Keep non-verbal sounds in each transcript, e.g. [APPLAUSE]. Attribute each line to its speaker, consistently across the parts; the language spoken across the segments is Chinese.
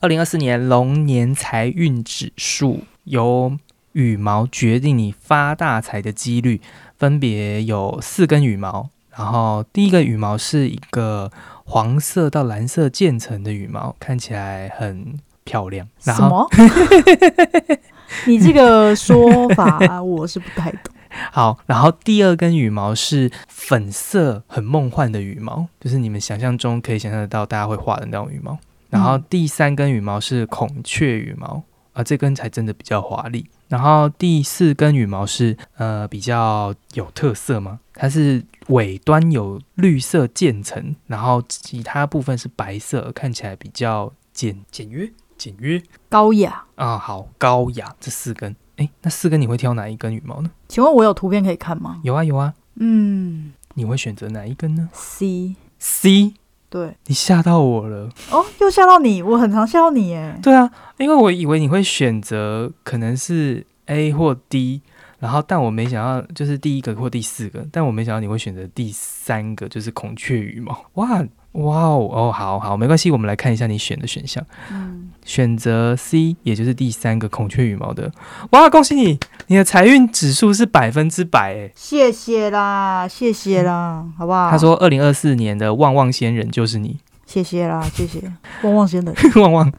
Speaker 1: 二零二四年龙年财运指数由羽毛决定你发大财的几率，分别有四根羽毛。然后第一个羽毛是一个黄色到蓝色渐层的羽毛，看起来很漂亮。然
Speaker 2: 什
Speaker 1: 后 [LAUGHS]
Speaker 2: 么？你这个说法我是不太懂。
Speaker 1: 好，然后第二根羽毛是粉色，很梦幻的羽毛，就是你们想象中可以想象得到大家会画的那种羽毛。然后
Speaker 2: 嗯
Speaker 1: 第三根羽毛是孔雀羽毛啊，这根才真的比较华丽。然后第四根羽毛是呃比较有特色嘛，它是尾端有绿色渐层，然后其他部分是白色，看起来比较简简约简约
Speaker 2: 高雅，
Speaker 1: 啊、好高雅这四根。诶，那四根你会挑哪一根羽毛呢？
Speaker 2: 请问我有图片可以看吗？
Speaker 1: 有啊有啊，
Speaker 2: 嗯
Speaker 1: 你会选择哪一根呢
Speaker 2: ，C，
Speaker 1: ？C，
Speaker 2: 对，
Speaker 1: 你吓到我了。
Speaker 2: 哦，又吓到你，我很常吓到你耶。
Speaker 1: 对啊，因为我以为你会选择可能是 A 或 D，然后但我没想到就是第一个或第四个，但我没想到你会选择第三个，就是孔雀羽毛。哇哇哦哦，好好，没关系，我们来看一下你选的选项，
Speaker 2: 嗯，
Speaker 1: 选择 C，也就是第三个孔雀羽毛的。哇，恭喜你，你的财运指数是百分之百诶。
Speaker 2: 谢谢啦，谢谢啦，好不好？
Speaker 1: 嗯他说，二零二四年的旺旺仙人就是你。
Speaker 2: 谢谢啦，谢谢。旺旺先生，
Speaker 1: [LAUGHS] 旺旺。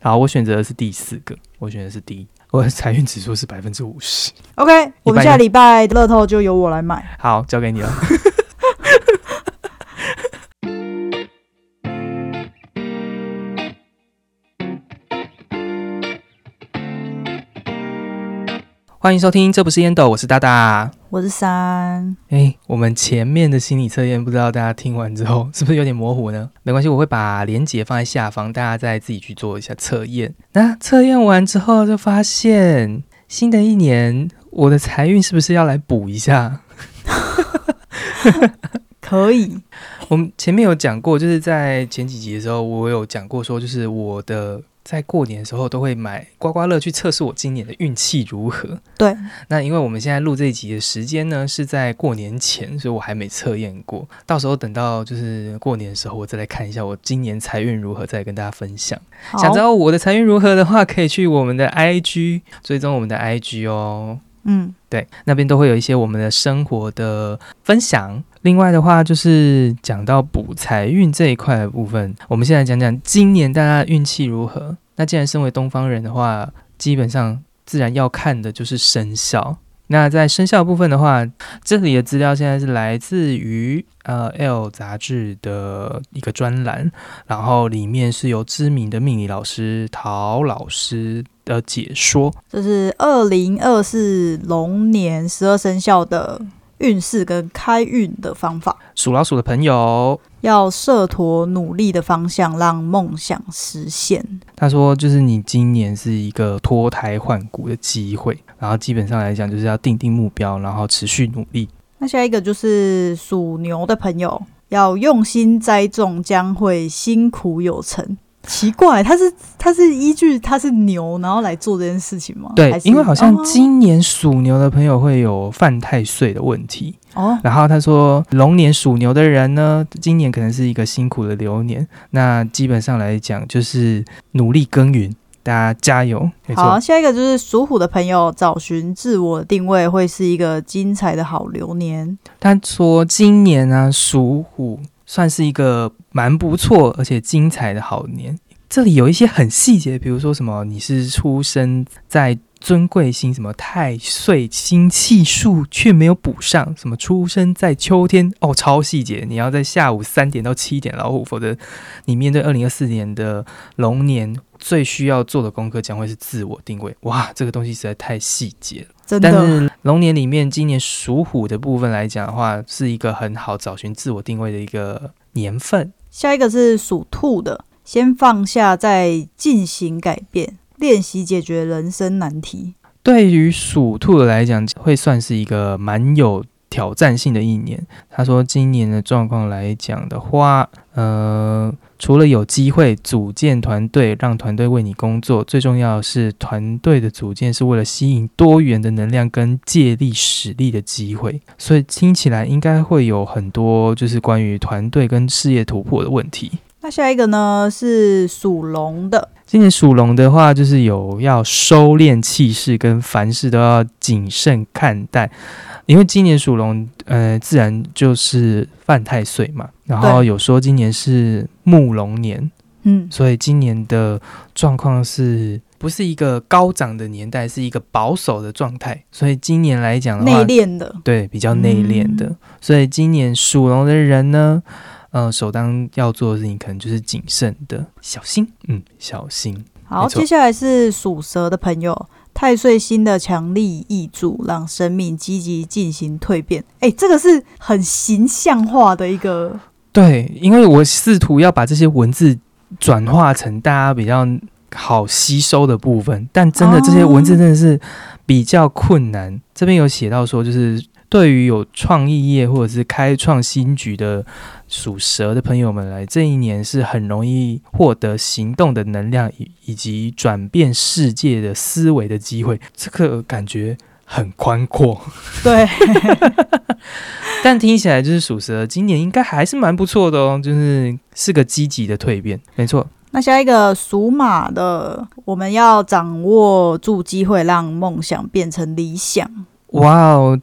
Speaker 1: 好，我选择的是第四个，我选的是第一，我的财运指数是百分之五十。
Speaker 2: OK，我们下礼拜乐透就由我来买。
Speaker 1: 好，交给你了。 [LAUGHS] 欢迎收听，这不是烟斗，我是大大。
Speaker 2: 我是三，
Speaker 1: 哎、我们前面的心理测验，不知道大家听完之后 [LAUGHS] 是不是有点模糊呢？没关系，我会把连结放在下方，大家再自己去做一下测验。那测验完之后，就发现新的一年我的财运是不是要来补一下？
Speaker 2: 可以，
Speaker 1: 我们前面有讲过，就是在前几集的时候，我有讲过说，就是我的在过年的时候都会买刮刮乐去测试我今年的运气如何。
Speaker 2: 对，
Speaker 1: 那因为我们现在录这一集的时间呢是在过年前，所以我还没测验过。到时候等到就是过年的时候，我再来看一下我今年财运如何，再来跟大家分享。
Speaker 2: 好，
Speaker 1: 想知道我的财运如何的话，可以去我们的 IG 追踪我们的 IG 哦。
Speaker 2: 嗯，
Speaker 1: 对，那边都会有一些我们的生活的分享。另外的话，就是讲到补财运这一块的部分，我们现在讲讲今年大家的运气如何。那既然身为东方人的话，基本上自然要看的就是生肖。那在生肖部分的话，这里的资料现在是来自于呃《L》杂志的一个专栏，然后里面是由知名的命理老师陶老师的解说。
Speaker 2: 这是二零二四龙年十二生肖的运势跟开运的方法。
Speaker 1: 属老鼠的朋友，
Speaker 2: 要设妥努力的方向，让梦想实现。
Speaker 1: 他说，就是你今年是一个脱胎换骨的机会，然后基本上来讲，就是要定定目标，然后持续努力。
Speaker 2: 那下一个就是属牛的朋友，要用心栽种，将会辛苦有成。奇怪，他是他是依据他是牛，然后来做这件事情吗？
Speaker 1: 对
Speaker 2: 还，是
Speaker 1: 因为好像
Speaker 2: 哦
Speaker 1: 今年属牛的朋友会有犯太岁的问题。
Speaker 2: 哦，
Speaker 1: 然后他说，龙年属牛的人呢，今年可能是一个辛苦的流年。那基本上来讲，就是努力耕耘，大家加油。没
Speaker 2: 好，
Speaker 1: 错，
Speaker 2: 下一个就是属虎的朋友，找寻自我的定位会是一个精彩的好流年。
Speaker 1: 他说今年呢、属虎算是一个蛮不错而且精彩的好年。这里有一些很细节，比如说什么你是出生在尊贵星，什么太岁星气数却没有补上，什么出生在秋天，哦，超细节，你要在下午三点到七点老虎，否则你面对二零二四年的龙年最需要做的功课将会是自我定位。哇，这个东西实在太细节了。
Speaker 2: 真
Speaker 1: 但
Speaker 2: 的，
Speaker 1: 是龙年里面，今年属虎的部分来讲的话，是一个很好找寻自我定位的一个年份。
Speaker 2: 下一个是属兔的，先放下，再进行改变，练习解决人生难题。
Speaker 1: 对于属兔的来讲，会算是一个蛮有挑战性的一年。他说，今年的状况来讲的话，呃，除了有机会组建团队，让团队为你工作，最重要的是团队的组建是为了吸引多元的能量跟借力使力的机会。所以听起来应该会有很多就是关于团队跟事业突破的问题。
Speaker 2: 那下一个呢是属龙的，
Speaker 1: 今年属龙的话，就是有要收敛气势，跟凡事都要谨慎看待，因为今年属龙，呃，自然就是犯太岁嘛。然后
Speaker 2: 对
Speaker 1: 有说今年是木龙年，
Speaker 2: 嗯，
Speaker 1: 所以今年的状况是不是一个高涨的年代，是一个保守的状态。所以今年来讲的
Speaker 2: 内
Speaker 1: 话，
Speaker 2: 敛的，
Speaker 1: 对，比较内敛的。
Speaker 2: 嗯
Speaker 1: 所以今年属龙的人呢，呃，首当要做的事情可能就是谨慎的，小心，嗯，小心。
Speaker 2: 好，
Speaker 1: 没错
Speaker 2: 接下来是属蛇的朋友，太岁星的强力益助，让生命积极进行蜕变。哎、这个是很形象化的一个， [LAUGHS]
Speaker 1: 对，因为我试图要把这些文字转化成大家比较好吸收的部分，但真的
Speaker 2: 哦
Speaker 1: 这些文字真的是比较困难。这边有写到说，就是对于有创意业或者是开创新局的属蛇的朋友们来，这一年是很容易获得行动的能量以以及转变世界的思维的机会。这个感觉很宽阔。
Speaker 2: 对，
Speaker 1: 但听起来就是属蛇，今年应该还是蛮不错的哦，就是是个积极的蜕变，没错。
Speaker 2: 那下一个属马的，我们要掌握住机会，让梦想变成理想。
Speaker 1: 哇哦，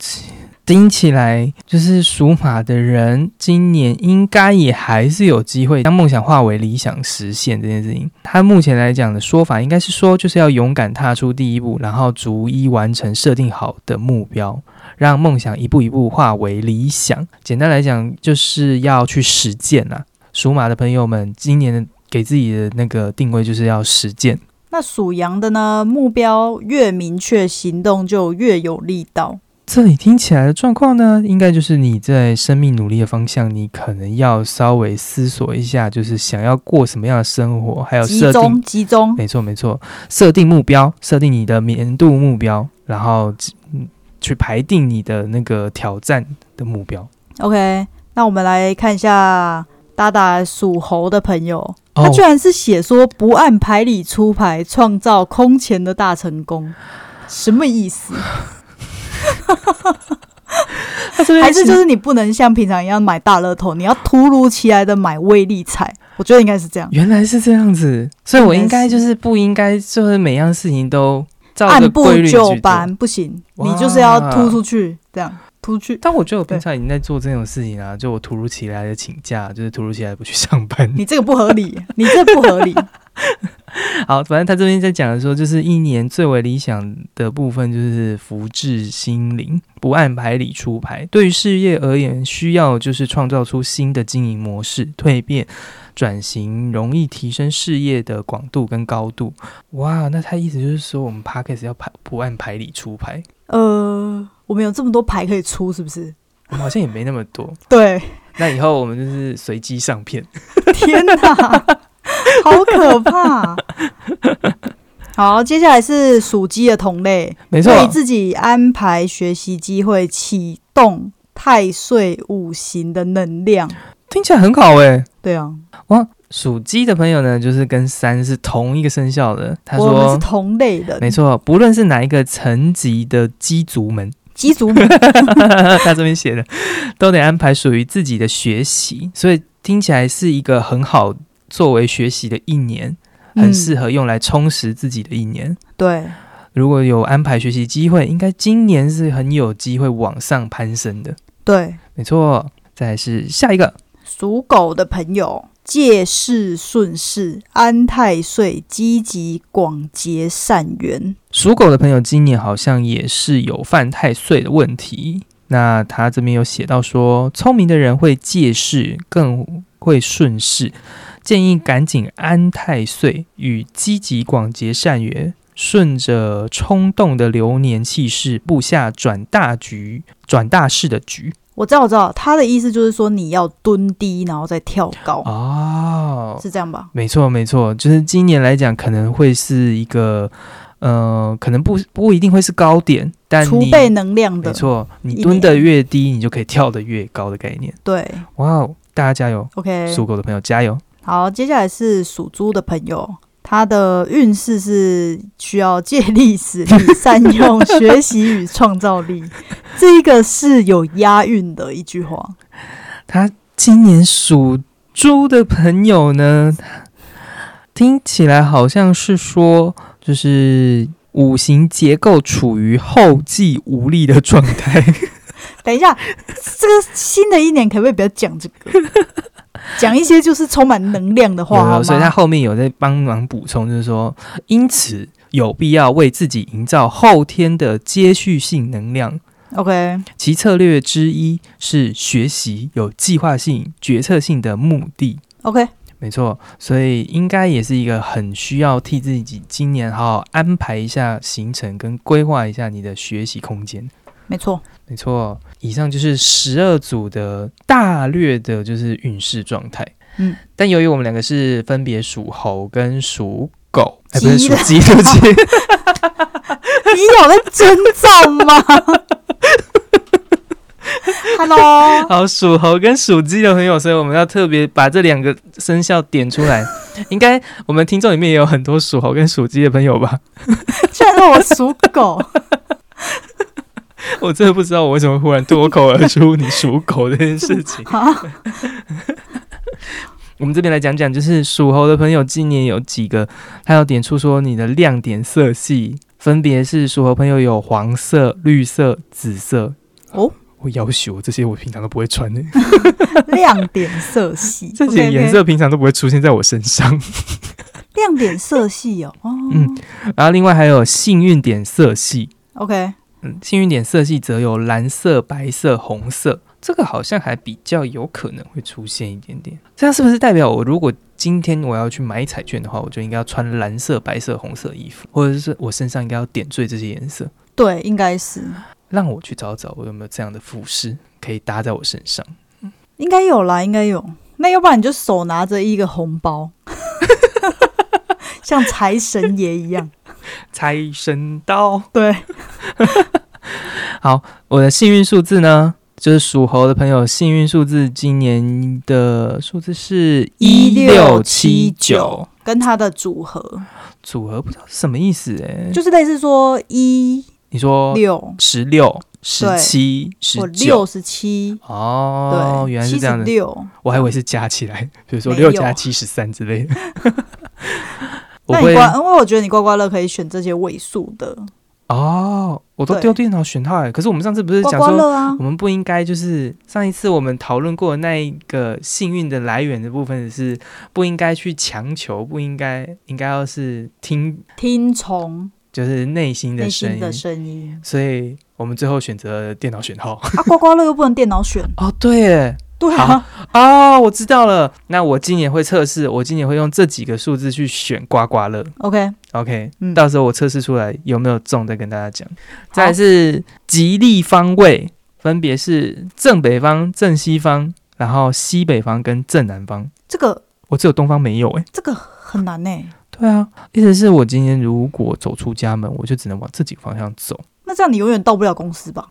Speaker 1: 听起来就是属马的人，今年应该也还是有机会将梦想化为理想实现这件事情。他目前来讲的说法，应该是说就是要勇敢踏出第一步，然后逐一完成设定好的目标。让梦想一步一步化为理想。简单来讲，就是要去实践啦。属马的朋友们，今年的给自己的那个定位就是要实践。
Speaker 2: 那属羊的呢，目标越明确，行动就越有力道。
Speaker 1: 这里听起来的状况呢，应该就是你在生命努力的方向，你可能要稍微思索一下，就是想要过什么样的生活，还有
Speaker 2: 集
Speaker 1: 设定
Speaker 2: 中，集中，
Speaker 1: 没错没错，设定目标，设定你的年度目标，然后嗯去排定你的那个挑战的目标。
Speaker 2: OK，那我们来看一下达达属猴的朋友，
Speaker 1: 哦
Speaker 2: 他居然是写说不按牌理出牌，创造空前的大成功，什么意思？
Speaker 1: 他这边
Speaker 2: 还是就是是你不能像平常一样买大乐透，你要突如其来的买威力彩？我觉得应该是这样，
Speaker 1: 原来是这样子，所以我应该
Speaker 2: 原来是
Speaker 1: 就是不应该就是每样事情都照着
Speaker 2: 按部
Speaker 1: 规律去
Speaker 2: 就
Speaker 1: 做。
Speaker 2: 班不行，
Speaker 1: 哇
Speaker 2: 你就是要突出去，这样突去。
Speaker 1: 但我觉得我平
Speaker 2: 对
Speaker 1: 常已经在做这种事情啊，就我突如其来的请假，就是突如其来不去 [LAUGHS] 上班。
Speaker 2: 你这个不合理，你这不合理。
Speaker 1: 好，反正他这边在讲的说，就是一年最为理想的部分就是福至心灵，不按牌理出牌。对于事业而言，需要就是创造出新的经营模式，蜕变、转型，容易提升事业的广度跟高度。哇，那他意思就是说，我们 p a c k a s 要牌不按牌理出牌，
Speaker 2: 呃，我们有这么多牌可以出，是不是？
Speaker 1: 我们好像也没那么多。
Speaker 2: 对， [LAUGHS]
Speaker 1: 那以后我们就是随机上片。
Speaker 2: 天哪，好可怕！好，接下来是属鸡的同类，
Speaker 1: 没错，啊
Speaker 2: 为自己安排学习机会，启动太岁五行的能量。
Speaker 1: 听起来很好哎、
Speaker 2: 对啊，
Speaker 1: 属鸡的朋友呢，就是跟三是同一个生肖的。他
Speaker 2: 我们
Speaker 1: 说
Speaker 2: 是同类人，
Speaker 1: 没错，不论是哪一个层级的鸡族们， [LAUGHS]
Speaker 2: 鸡族母
Speaker 1: 他这边写的，都得安排属于自己的学习，所以听起来是一个很好作为学习的一年，很适、合用来充实自己的一年。
Speaker 2: 嗯。对，
Speaker 1: 如果有安排学习机会，应该今年是很有机会往上攀升的。
Speaker 2: 对，
Speaker 1: 没错，再来是下一个，
Speaker 2: 属狗的朋友，借势顺势，安太岁，积极广结善缘。
Speaker 1: 属狗的朋友今年好像也是有犯太岁的问题。那他这边有写到说，聪明的人会借势，更会顺势。建议赶紧安太岁，与积极广结善缘，顺着冲动的流年气势，布下转大局、转大事的局。
Speaker 2: 我知道，我知道，他的意思就是说你要蹲低，然后再跳高，
Speaker 1: 哦，
Speaker 2: 是这样吧？
Speaker 1: 没错，没错，就是今年来讲，可能会是一个，呃，可能不不一定会是高点，但
Speaker 2: 储
Speaker 1: 你
Speaker 2: 备能量
Speaker 1: 没
Speaker 2: 的，
Speaker 1: 错，你
Speaker 2: 一
Speaker 1: 蹲得
Speaker 2: 年
Speaker 1: 越低，你就可以跳得越高的概念。
Speaker 2: 对
Speaker 1: 哇哦，大家加油！
Speaker 2: ，OK。
Speaker 1: 属狗的朋友加油！
Speaker 2: 好，接下来是属猪的朋友，他的运势是需要借力使力，善用学习与创造力。 [LAUGHS] 这一个是有押韵的一句话，
Speaker 1: 他今年属猪的朋友呢，听起来好像是说，就是五行结构处于后继无力的状态。
Speaker 2: 等一下，这个新的一年可不可以不要讲这个？
Speaker 1: [LAUGHS]
Speaker 2: 讲一些就是充满能量的话
Speaker 1: 有
Speaker 2: 好
Speaker 1: 有，
Speaker 2: 吗？
Speaker 1: 所以他后面有在帮忙补充，就是说，因此有必要为自己营造后天的接续性能量。
Speaker 2: OK，
Speaker 1: 其策略之一是学习有计划性、决策性的目的。
Speaker 2: OK，
Speaker 1: 没错，所以应该也是一个很需要替自己今年好好安排一下行程，跟规划一下你的学习空间。
Speaker 2: 没错。
Speaker 1: 没错，以上就是十二组的大略的，就是运势状态。
Speaker 2: 嗯，
Speaker 1: 但由于我们两个是分别属猴跟属狗，哎，不是
Speaker 2: 鸡
Speaker 1: 属
Speaker 2: 的
Speaker 1: 鸡，对不起，
Speaker 2: 你有在征兆
Speaker 1: [LAUGHS]
Speaker 2: 吗？Hello，
Speaker 1: [LAUGHS] 好，属猴跟属鸡的朋友，所以我们要特别把这两个生肖点出
Speaker 2: [LAUGHS]
Speaker 1: 来。应该我们听众里面也有很多属猴跟属鸡的朋友吧？ [LAUGHS]
Speaker 2: 居然让我属狗，
Speaker 1: 我真的不知道我为什么忽然脱口而出你属狗这件事
Speaker 2: [LAUGHS]
Speaker 1: 情。我们这边来讲讲，就是属猴的朋友今年有几个，他要点出说你的亮点色系，分别是属猴朋友有黄色、绿色、紫色。
Speaker 2: 哦，
Speaker 1: 我要求这些我平常都不会
Speaker 2: [LAUGHS]
Speaker 1: 穿的，
Speaker 2: 亮点色系，
Speaker 1: 这几个
Speaker 2: OK，OK
Speaker 1: 颜色平常都不会出现在我身
Speaker 2: [LAUGHS]
Speaker 1: 上。
Speaker 2: 亮点色系哦。哦，
Speaker 1: 嗯然后另外还有幸运点色系，
Speaker 2: ，OK，
Speaker 1: 嗯，幸运点色系则有蓝色、白色、红色，这个好像还比较有可能会出现一点点。这样是不是代表我如果今天我要去买彩券的话，我就应该要穿蓝色、白色、红色衣服，或者是我身上应该要点缀这些颜色？
Speaker 2: 对，应该是，
Speaker 1: 让我去找找我有没有这样的服饰可以搭在我身上。
Speaker 2: 应该有啦，应该有。那要不然你就手拿着一个
Speaker 1: [LAUGHS]
Speaker 2: 红包，像财神爷一样。
Speaker 1: 财神到！ [LAUGHS]
Speaker 2: 对，
Speaker 1: 我的幸运数字呢？就是属猴的朋友，幸运数字今年的数字是1679，
Speaker 2: 跟它的组合，
Speaker 1: 组合不知道是什么意思哎、
Speaker 2: 就是类似说一
Speaker 1: 你说
Speaker 2: 六
Speaker 1: 十六、十七、
Speaker 2: 或
Speaker 1: 哦十
Speaker 2: 六
Speaker 1: 九。
Speaker 2: 十七，
Speaker 1: 哦，
Speaker 2: 对，
Speaker 1: 原来是这样的，
Speaker 2: 六，
Speaker 1: 我还以为是加起来， [LAUGHS] 比如说
Speaker 2: 没有
Speaker 1: 六加七十三之
Speaker 2: [LAUGHS]
Speaker 1: 类的。我
Speaker 2: 那
Speaker 1: 会
Speaker 2: 你刮，因为我觉得你刮刮乐可以选这些尾数的
Speaker 1: 哦，我都
Speaker 2: 对
Speaker 1: 丢电脑选号哎，可是我们上次不是
Speaker 2: 刮
Speaker 1: 讲
Speaker 2: 刮
Speaker 1: 说，
Speaker 2: 乐啊
Speaker 1: 我，们不应该就是上一次我们讨论过的那一个幸运的来源的部分是不应该去强求，不应该应该要是听
Speaker 2: 听从
Speaker 1: 就是内心
Speaker 2: 内
Speaker 1: 的声
Speaker 2: 心的
Speaker 1: 音，
Speaker 2: 声音
Speaker 1: 所以我们最后选择了电脑选号。
Speaker 2: 啊，刮刮乐又不能电脑选，
Speaker 1: 哦，对耶，
Speaker 2: 对
Speaker 1: 好
Speaker 2: 啊，
Speaker 1: 哦，我知道了。那我今年会测试，我今年会用这几个数字去选刮刮乐。
Speaker 2: [LAUGHS] ，OK，
Speaker 1: OK，、
Speaker 2: 嗯
Speaker 1: 到时候我测试出来有没有中，再跟大家讲。再来是吉利方位，分别是正北方、正西方，然后西北方跟正南方。
Speaker 2: 这个
Speaker 1: 我只有东方没有诶、
Speaker 2: 这个很难呢。
Speaker 1: 对啊，意思是我今天如果走出家门，我就只能往这几个方向走
Speaker 2: 那这样你永远到不了公司吧？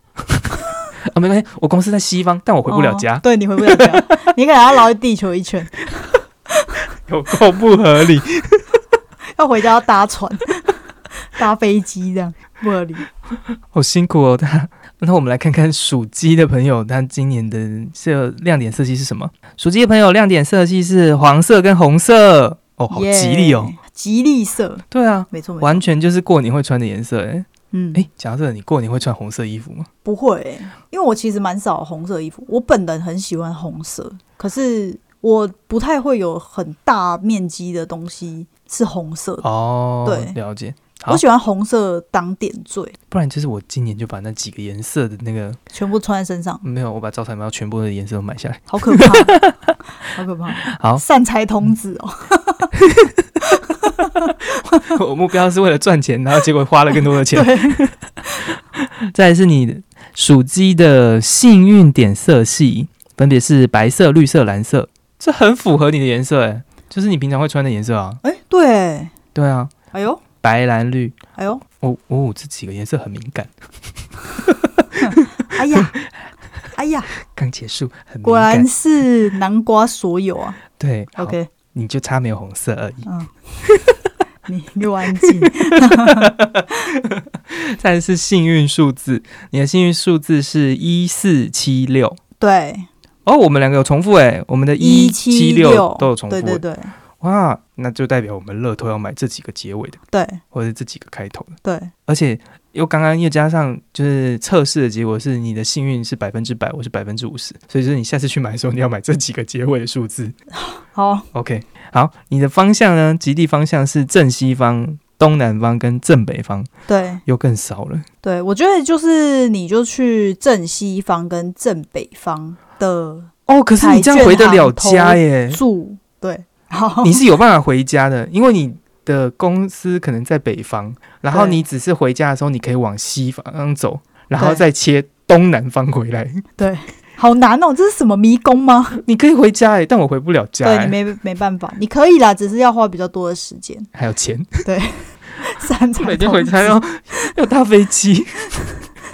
Speaker 1: 啊。没关系，我公司在西方，但我回不了家 [LAUGHS]
Speaker 2: 哦，对你回不了家， [LAUGHS] 你可能要绕地球一圈，
Speaker 1: 有够不合理。
Speaker 2: 要回家要搭船、 [LAUGHS] 搭飞机这样，不合理。
Speaker 1: 哦好辛苦哦， [LAUGHS] 他。那我们来看看属鸡的朋友，他今年的这亮点色系是什么？属鸡的朋友亮点色系是黄色跟红色，哦，好
Speaker 2: 耶
Speaker 1: 吉利哦。，
Speaker 2: 吉利色，
Speaker 1: 对啊，
Speaker 2: 没错没错，
Speaker 1: 完全就是过年会穿的颜色。哎
Speaker 2: 嗯，
Speaker 1: 哎，讲到这个，你过年会穿红色衣服吗？
Speaker 2: 不会欸、因为我其实蛮少红色衣服，我本人很喜欢红色，可是我不太会有很大面积的东西是红色的。
Speaker 1: 哦，
Speaker 2: 呃对
Speaker 1: 了解。好
Speaker 2: 我喜欢红色当点缀，
Speaker 1: 不然就是我今年就把那几个颜色的那个
Speaker 2: 全部穿在
Speaker 1: [LAUGHS]
Speaker 2: 身上，
Speaker 1: 没有，我把招财猫全部的颜色都买下来。
Speaker 2: 好可怕，好可怕！
Speaker 1: [LAUGHS] 好，
Speaker 2: 善财童子哦，
Speaker 1: [LAUGHS] 我目标是为了赚钱，然后结果花了更多的钱。 [LAUGHS] 再来是你属鸡的幸运点色系，分别是白色、绿色、蓝色，这很符合你的颜色哎，就是你平常会穿的颜色啊。
Speaker 2: 哎、对，
Speaker 1: 对啊，
Speaker 2: 哎呦，
Speaker 1: 白、蓝、绿。
Speaker 2: 哎呦，
Speaker 1: 哦哦，这几个颜色很敏感。
Speaker 2: 哎
Speaker 1: [LAUGHS]
Speaker 2: 呀，哎呀，
Speaker 1: 刚结束，很敏
Speaker 2: 果然
Speaker 1: 感。
Speaker 2: 是南瓜所有啊。
Speaker 1: 对好
Speaker 2: OK，
Speaker 1: 你就差没有红色而
Speaker 2: [LAUGHS]
Speaker 1: 已。 [LAUGHS]
Speaker 2: 嗯，你给我安静。
Speaker 1: 再来是幸运数字，你的幸运数字是一四七六。
Speaker 2: 对，
Speaker 1: 哦，我们两个有重复哎，我们的
Speaker 2: 一
Speaker 1: 七
Speaker 2: 六
Speaker 1: 都有重复。
Speaker 2: 对对对，
Speaker 1: 哇，那就代表我们乐透要买这几个结尾的，
Speaker 2: 对
Speaker 1: 或者是这几个开头的。
Speaker 2: 对
Speaker 1: 而且又刚刚又加上，就是测试的结果是你的幸运是百分之百，我是百分之五十，所以就是你下次去买的时候，你要买这几个结尾的数字。
Speaker 2: 好，
Speaker 1: OK，好，你的方向呢？极地方向是正西方、东南方跟正北方，
Speaker 2: 对
Speaker 1: 又更少了。
Speaker 2: 对，我觉得就是你就去正西方跟正北方的
Speaker 1: 哦，可是你这样回得了家耶？
Speaker 2: 住，对，好，
Speaker 1: 你是有办法回家的，因为你的公司可能在北方，然后
Speaker 2: 对
Speaker 1: 你只是回家的时候，你可以往西方走，然后
Speaker 2: 对
Speaker 1: 再切东南方回来。 [LAUGHS]
Speaker 2: 好难哦，这是什么迷宫吗？
Speaker 1: 你可以回家哎，但我回不了家
Speaker 2: 对
Speaker 1: 哎
Speaker 2: 你，没没办法，你可以啦，只是要花比较多的时间。 [LAUGHS]
Speaker 1: 还有钱，
Speaker 2: 善财
Speaker 1: 每天 [LAUGHS] 回家
Speaker 2: 童
Speaker 1: 要要搭飞机。
Speaker 2: 子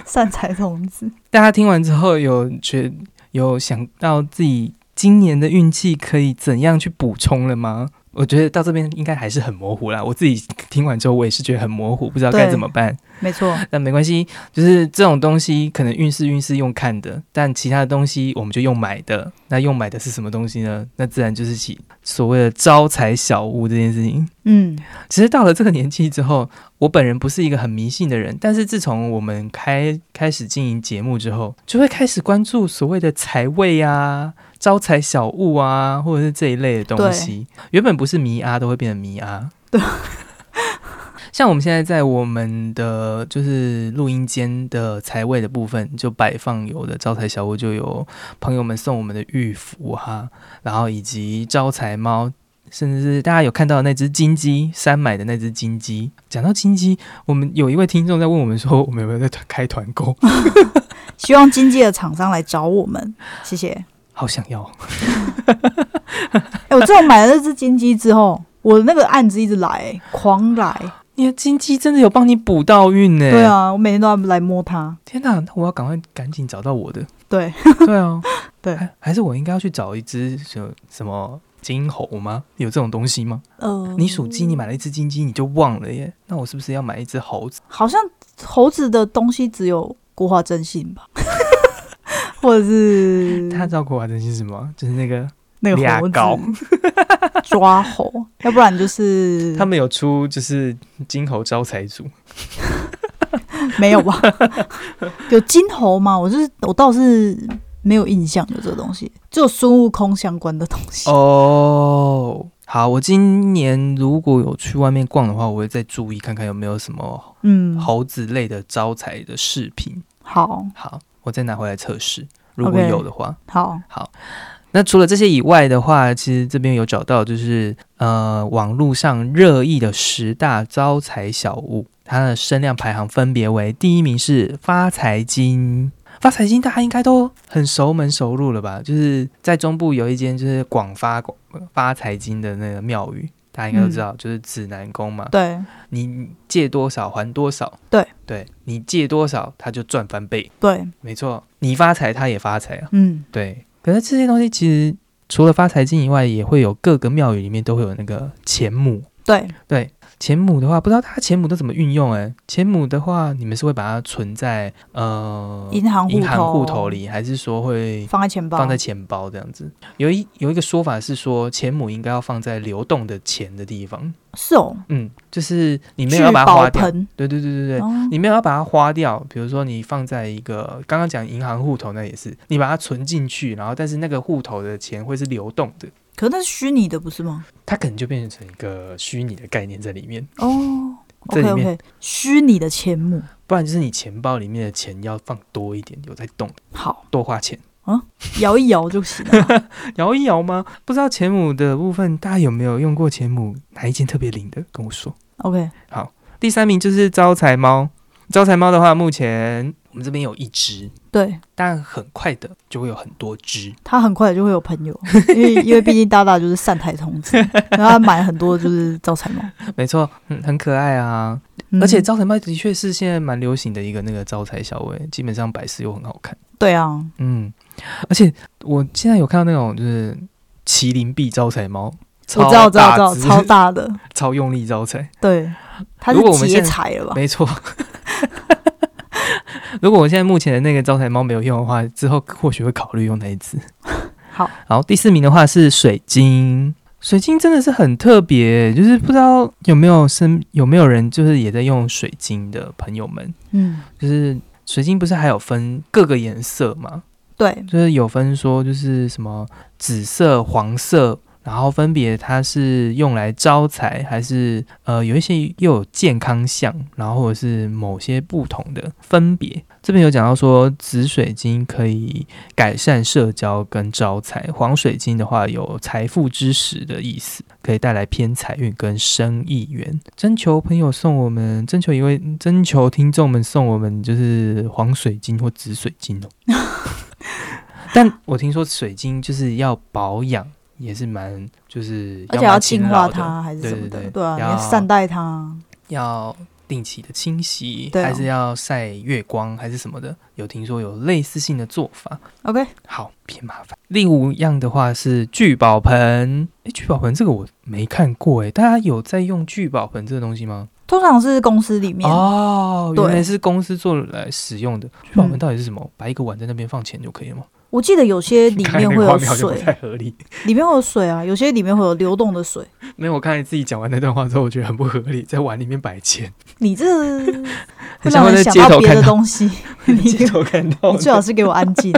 Speaker 2: 善财童子，
Speaker 1: [LAUGHS] 大家听完之后有觉有想到自己今年的运气可以怎样去补充了吗？我觉得到这边应该还是很模糊啦。我自己听完之后，我也是觉得很模糊，不知道该
Speaker 2: 对
Speaker 1: 怎么办。
Speaker 2: 没错，
Speaker 1: 但没关系，就是这种东西可能运势运势用看的，但其他的东西我们就用买的。那用买的是什么东西呢？那自然就是起所谓的招财小物这件事情。
Speaker 2: 嗯，
Speaker 1: 其实到了这个年纪之后，我本人不是一个很迷信的人，但是自从我们开开始经营节目之后，就会开始关注所谓的财位啊、招财小物啊，或者是这一类的东西。原本不是迷啊，都会变成迷啊。
Speaker 2: 对。
Speaker 1: 像我们现在在我们的就是录音间的财位的部分，就摆放有的招财小物，就有朋友们送我们的玉符哈、然后以及招财猫，甚至是大家有看到的那只金鸡，山买的那只金鸡。讲到金鸡，我们有一位听众在问我们说，我们有没有在团开团
Speaker 2: [LAUGHS]
Speaker 1: 购？
Speaker 2: 希望经济的厂商来找我们，谢谢。
Speaker 1: 好想要，
Speaker 2: 哎、我自从买了这只金鸡之后，我那个案子一直来、狂来。
Speaker 1: 你的金鸡真的有帮你补到运呢、
Speaker 2: 对，啊，我每天都要来摸它。
Speaker 1: 天哪，那我要赶快赶紧找到我
Speaker 2: [LAUGHS]
Speaker 1: 的。
Speaker 2: 对，
Speaker 1: 对啊，
Speaker 2: 对
Speaker 1: 还还是我应该要去找一只什么什么金猴吗？有这种东西吗？
Speaker 2: 呃，
Speaker 1: 你属鸡，你买了一只金鸡，你就忘了耶。那我是不是要买一只猴子？
Speaker 2: 好像猴子的东西只有国画真心吧， [LAUGHS] 或者是
Speaker 1: 大家知道国华真心是什么吗？就是那个
Speaker 2: 那个
Speaker 1: 俩 [LAUGHS]
Speaker 2: 猴
Speaker 1: 狗
Speaker 2: 子 [LAUGHS] 抓猴，要不然就是
Speaker 1: 他们有出就是金猴招财组，
Speaker 2: 没有吧？ [LAUGHS] 有金猴吗？我就是我倒是没有印象有这个东西，只有孙悟空相关的东西。
Speaker 1: 哦，好，我今年如果有去外面逛的话，我会再注意看看有没有什么
Speaker 2: 嗯，
Speaker 1: 猴子类的招财的饰品。
Speaker 2: 好
Speaker 1: 好，我再拿回来测试，如果
Speaker 2: OK
Speaker 1: 有的话。
Speaker 2: 好，
Speaker 1: 那除了这些以外的话，其实这边有找到就是呃网络上热议的十大招财小物，它的声量排行分别为第一名是发财金。发财金大家应该都很熟门熟路了吧？就是在中部有一间就是广发广发财金的那个庙宇，大家应该都知道，就是指南宫嘛。
Speaker 2: 对
Speaker 1: 你借多少还多少，
Speaker 2: 对
Speaker 1: 对，你借多少他就赚翻倍，
Speaker 2: 对，
Speaker 1: 没错，你发财他也发财啊。
Speaker 2: 嗯，
Speaker 1: 对，可是这些东西其实除了发财金以外，也会有各个庙宇里面都会有那个钱母。
Speaker 2: 对，
Speaker 1: 对，钱母的话，不知道它钱母都怎么运用、欸？哎，钱母的话，你们是会把它存在呃
Speaker 2: 银行
Speaker 1: 银行户头
Speaker 2: 头，
Speaker 1: 里，还是说会
Speaker 2: 放在钱包，
Speaker 1: 放在钱包这样子？有一有一个说法是说，钱母应该要放在流动的钱的地方。
Speaker 2: 是哦，
Speaker 1: 嗯，就是你没
Speaker 2: 聚
Speaker 1: 有要把它花
Speaker 2: 宝
Speaker 1: 掉。
Speaker 2: 盆，
Speaker 1: 对对对对对，
Speaker 2: 哦
Speaker 1: 你没有要把它花掉，比如说你放在一个刚刚讲银行户头那也是，你把它存进去，然后但是那个户头的钱会是流动的，
Speaker 2: 可是那是虚拟的，不是吗？
Speaker 1: 它可能就变成一个虚拟的概念在里面，
Speaker 2: 哦
Speaker 1: 这
Speaker 2: ，OK
Speaker 1: 里面
Speaker 2: OK，虚拟的钱母，
Speaker 1: 不然就是你钱包里面的钱要放多一点，有在动，
Speaker 2: 好，
Speaker 1: 多花钱。
Speaker 2: 摇一摇就行了。
Speaker 1: 摇一摇吗？不知道钱母的部分，大家有没有用过钱母？哪一间特别灵的？跟我说。
Speaker 2: OK，
Speaker 1: 第三名就是招财猫，招财猫的话，目前我们这边有一只，
Speaker 2: 对
Speaker 1: 但很快的就会有很多只。
Speaker 2: 他很快就会有朋
Speaker 1: [LAUGHS]
Speaker 2: 友，因为因为毕竟大大就是善财童子，然后他买很多就是招财猫，
Speaker 1: 没错，嗯，很可爱啊。
Speaker 2: 嗯
Speaker 1: 而且招财猫的确是现在蛮流行的一个那个招财小物，基本上摆饰又很好看。
Speaker 2: 对啊，
Speaker 1: 嗯，而且我现在有看到那种就是麒麟臂招财猫，
Speaker 2: 我知道，我知道，
Speaker 1: 超大
Speaker 2: 我知
Speaker 1: 只
Speaker 2: 道，超大的，
Speaker 1: [LAUGHS] 超用力招财，
Speaker 2: 对，他
Speaker 1: 如果我
Speaker 2: 是
Speaker 1: 们
Speaker 2: 劫
Speaker 1: 现在
Speaker 2: 财了吧？
Speaker 1: [LAUGHS] 没错。如果我现在目前的那个招财猫没有用的话，之后或许会考虑用那一只。
Speaker 2: [LAUGHS] 好，
Speaker 1: 然后第四名的话是水晶，水晶真的是很特别，欸就是不知道有没有身有没有人就是也在用水晶的朋友们，
Speaker 2: 嗯，
Speaker 1: 就是水晶不是还有分各个颜色吗？
Speaker 2: 对，
Speaker 1: 就是有分说就是什么紫色、黄色，然后分别它是用来招财，还是呃有一些又有健康项，然后或者是某些不同的分别。这边有讲到说紫水晶可以改善社交跟招财，黄水晶的话有财富之石的意思，可以带来偏财运跟生意缘。征求朋友送我们，征求一位征求听众们送我们就是黄水晶或紫水晶哦。
Speaker 2: [LAUGHS]
Speaker 1: 但我听说水晶就是要保养，也是蛮就是
Speaker 2: 而且
Speaker 1: 要
Speaker 2: 要
Speaker 1: 蛮勤
Speaker 2: 净化
Speaker 1: 劳的
Speaker 2: 它还是什
Speaker 1: 对
Speaker 2: 么
Speaker 1: 对
Speaker 2: 的，
Speaker 1: 对
Speaker 2: 对啊，你
Speaker 1: 要
Speaker 2: 要善待它，
Speaker 1: 要定期的清洗，
Speaker 2: 对啊
Speaker 1: 还是要晒月光还是什么的。有听说有类似性的做法，
Speaker 2: OK，
Speaker 1: 好偏麻烦。另五样的话是聚宝盆，诶，聚宝盆这个我没看过，诶，大家有在用聚宝盆这个东西吗？
Speaker 2: 通常是公司里面，
Speaker 1: 哦，
Speaker 2: 对
Speaker 1: 原来是公司做来使用的。聚宝盆
Speaker 2: 嗯
Speaker 1: 到底是什么？摆一个碗在那边放钱就可以了吗？
Speaker 2: 我记得有些里
Speaker 1: 看 [LAUGHS]
Speaker 2: 面
Speaker 1: 那
Speaker 2: 会
Speaker 1: 个画
Speaker 2: 有
Speaker 1: 面好像不
Speaker 2: 水，
Speaker 1: 太合理。
Speaker 2: 里面会有水啊，有些里面会有流动的水。
Speaker 1: 没有，我刚才自己讲完那段话之后，我觉得很不合理，在碗里面摆钱，
Speaker 2: 你这会
Speaker 1: 很
Speaker 2: 让
Speaker 1: 像
Speaker 2: 人
Speaker 1: 在
Speaker 2: 想
Speaker 1: 街
Speaker 2: 到
Speaker 1: 头
Speaker 2: 别
Speaker 1: 看
Speaker 2: 的
Speaker 1: 到，
Speaker 2: 东西，
Speaker 1: 街头看
Speaker 2: [LAUGHS]
Speaker 1: 到
Speaker 2: 你
Speaker 1: 的。
Speaker 2: 最好是给我安静，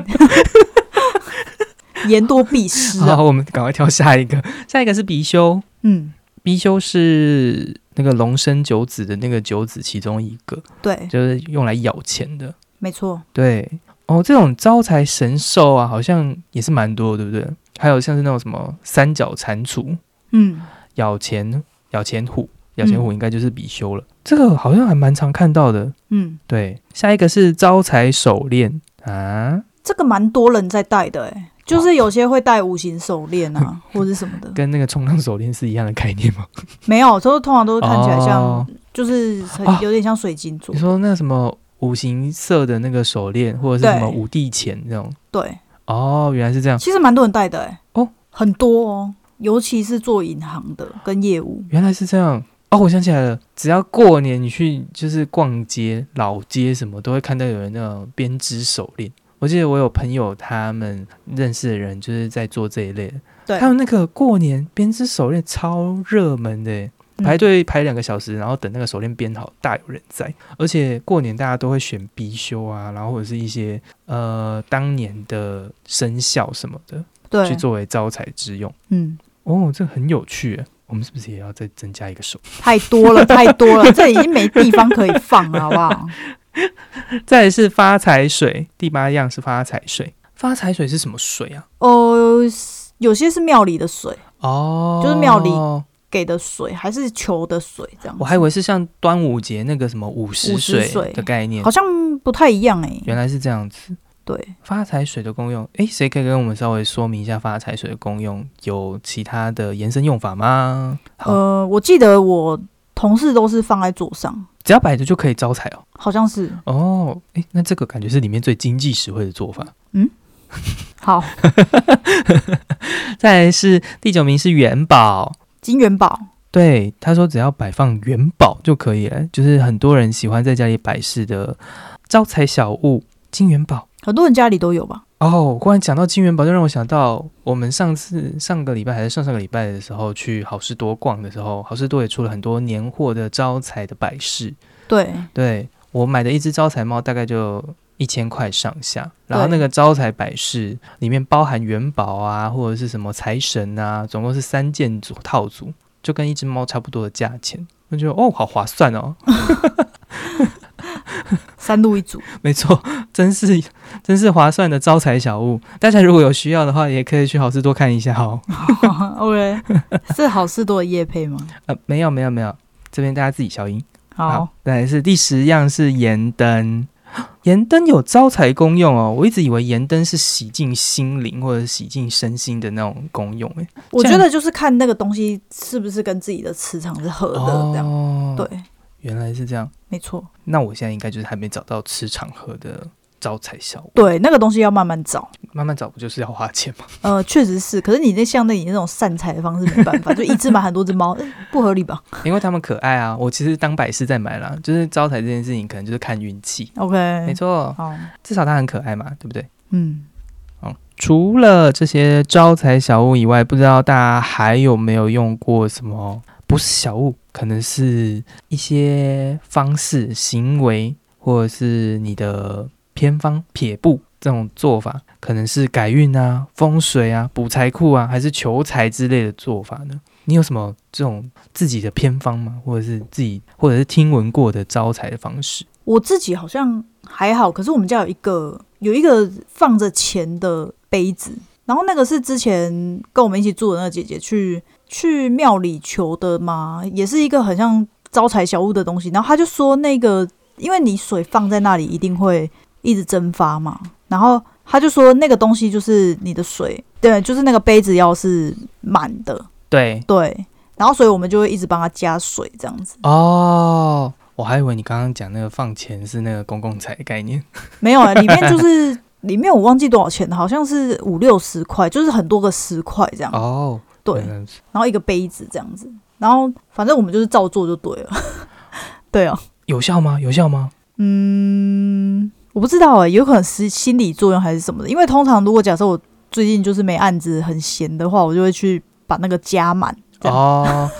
Speaker 2: 言多必失啊。
Speaker 1: 好，我们赶快跳下一个，下一个是貔貅，
Speaker 2: 嗯，
Speaker 1: 貔貅是那个龙生九子的那个九子其中一个，
Speaker 2: 对，
Speaker 1: 就是用来咬钱的。
Speaker 2: 没错，
Speaker 1: 对，哦，这种招财神兽啊，好像也是蛮多的，对不对？还有像是那种什么三角蟾蜍、
Speaker 2: 嗯，
Speaker 1: 咬钱、咬钱虎、咬钱虎，应该就是貔貅了。这个好像还蛮常看到的。
Speaker 2: 嗯，
Speaker 1: 对，下一个是招财手链啊，
Speaker 2: 这个蛮多人在戴的、欸，就是有些会戴五行手链
Speaker 1: [LAUGHS]
Speaker 2: 啊，或者什么的。
Speaker 1: 跟那个冲浪手链是一样的概念吗？
Speaker 2: 没有，都通常都是看起来像，
Speaker 1: 哦
Speaker 2: 就是很
Speaker 1: 啊
Speaker 2: 有点像水晶做
Speaker 1: 你。说那什么五行色的那个手链，或者是
Speaker 2: 对
Speaker 1: 什么五帝钱那种？
Speaker 2: 对，
Speaker 1: 哦，原来是这样，
Speaker 2: 其实蛮多人戴的、欸，
Speaker 1: 哦，
Speaker 2: 很多哦，尤其是做银行的跟业务。
Speaker 1: 原来是这样。哦，我想起来了，只要过年你去就是逛街、老街什么，都会看到有人那种编织手链。我记得我有朋友他们认识的人就是在做这一类的，
Speaker 2: 对
Speaker 1: 还有那个过年编织手链超热门的耶，
Speaker 2: 嗯
Speaker 1: 排队排两个小时，然后等那个手链编好，大有人在。而且过年大家都会选貔貅啊，然后或者是一些呃当年的生肖什么的，去
Speaker 2: 对，
Speaker 1: 作为招财之用。
Speaker 2: 嗯，
Speaker 1: 哦，这很有趣耶，我们是不是也要再增加一个手？ [LAUGHS]
Speaker 2: 太多了，太多了，这已经没地方可以放了，好不好？
Speaker 1: 再来是发财水，第八样是发财水。发财水是什么水啊？
Speaker 2: 哦，有些是庙里的水
Speaker 1: 哦，
Speaker 2: 就是庙里给的水，还是球的水这样子。
Speaker 1: 我还以为是像端午节那个什么午时
Speaker 2: 午时
Speaker 1: 水
Speaker 2: 水
Speaker 1: 的概念
Speaker 2: 好，像不太一样哎、
Speaker 1: 原来是这样子。
Speaker 2: 对，
Speaker 1: 发财水的功用，诶，谁可以跟我们稍微说明一下发财水的功用？有其他的延伸用法吗？好，
Speaker 2: 呃，我记得我同事都是放在桌上，
Speaker 1: 只要摆着就可以招财哦。
Speaker 2: 好像是
Speaker 1: 哦，诶，那这个感觉是里面最经济实惠的做法。
Speaker 2: 好
Speaker 1: 再来是第九名是元宝，
Speaker 2: 金元宝，
Speaker 1: 对，他说只要摆放元宝就可以了，就是很多人喜欢在家里摆饰的招财小物金元宝。
Speaker 2: 很多人家里都有吧？
Speaker 1: 哦，忽然讲到金元宝，就让我想到我们上次上个礼拜还是上上个礼拜的时候去好事多逛的时候，好事多也出了很多年货的招财的摆饰。
Speaker 2: 对，
Speaker 1: 对我买的一只招财猫大概就一千块上下，然后
Speaker 2: 对
Speaker 1: 那个招财摆饰里面包含元宝啊，或者是什么财神啊，总共是三件组套组，就跟一只猫差不多的价钱。我觉得哦，好划算哦！ [LAUGHS]
Speaker 2: 三路一组，
Speaker 1: 没错，真是真是划算的招财小物。大家如果有需要的话，也可以去好事多看一下哦。
Speaker 2: [LAUGHS] OK，是好事多的夜配吗？
Speaker 1: 呃，没有没有没有，这边大家自己消音。
Speaker 2: 好，，
Speaker 1: 再来是第十样是盐灯， [GASPS] 盐灯有招财功用哦。我一直以为盐灯是洗净心灵或者洗净身心的那种功用，哎，
Speaker 2: 我
Speaker 1: 这
Speaker 2: 觉
Speaker 1: 样
Speaker 2: 得就是看那个东西是不是跟自己的磁场是合的，这样、
Speaker 1: 哦，
Speaker 2: 呃对，啊
Speaker 1: 原来是这样。
Speaker 2: 没错，
Speaker 1: 那我现在应该就是还没找到吃场合的招财效果，
Speaker 2: 对，那个东西要慢慢找。
Speaker 1: 慢慢找不就是要花钱吗？ [LAUGHS]
Speaker 2: 呃，确实是，可是你那像那你那种散财的方式
Speaker 1: [LAUGHS]
Speaker 2: 没办法，就一只买很多只猫，嗯不合理吧
Speaker 1: 因为他们可爱啊，我其实当摆饰在买啦，就是招财这件事情可能就是看运气，
Speaker 2: ？OK，
Speaker 1: 没，错，
Speaker 2: 好，
Speaker 1: 至少它很可爱嘛，对不对？
Speaker 2: 嗯，
Speaker 1: 除了这些招财小物以外，不知道大家还有没有用过什么？不是小物，可能是一些方式、行为，或者是你的偏方、撇步这种做法，可能是改运啊、风水啊、补财库啊，还是求财之类的做法呢？你有什么这种自己的偏方吗？或者是自己，或者是听闻过的招财的方式？
Speaker 2: 我自己好像还好，可是我们家有一个有一个放着钱的杯子，然后那个是之前跟我们一起住的那个姐姐去去庙里求的嘛，也是一个很像招财小物的东西。然后她就说那个，因为你水放在那里一定会一直蒸发嘛，然后她就说那个东西就是你的水，对，就是那个杯子要是满的，
Speaker 1: 对，
Speaker 2: 对。然后所以我们就会一直帮她加水这样子。
Speaker 1: 哦，我还以为你刚刚讲那个放钱是那个公共财的概念。
Speaker 2: 没有啊，里面就是 [LAUGHS] 里面我忘记多少钱了，好像是五六十块，就是很多个十块这样。
Speaker 1: 哦，
Speaker 2: 对，
Speaker 1: 原来是
Speaker 2: 然后一个杯子这样子，然后反正我们就是照做就对了。 [LAUGHS] 对啊，
Speaker 1: 有效吗？有效吗？
Speaker 2: 嗯，我不知道哎、有可能是心理作用还是什么的，因为通常如果假设我最近就是没案子很闲的话，我就会去把那个加满。这样
Speaker 1: 哦，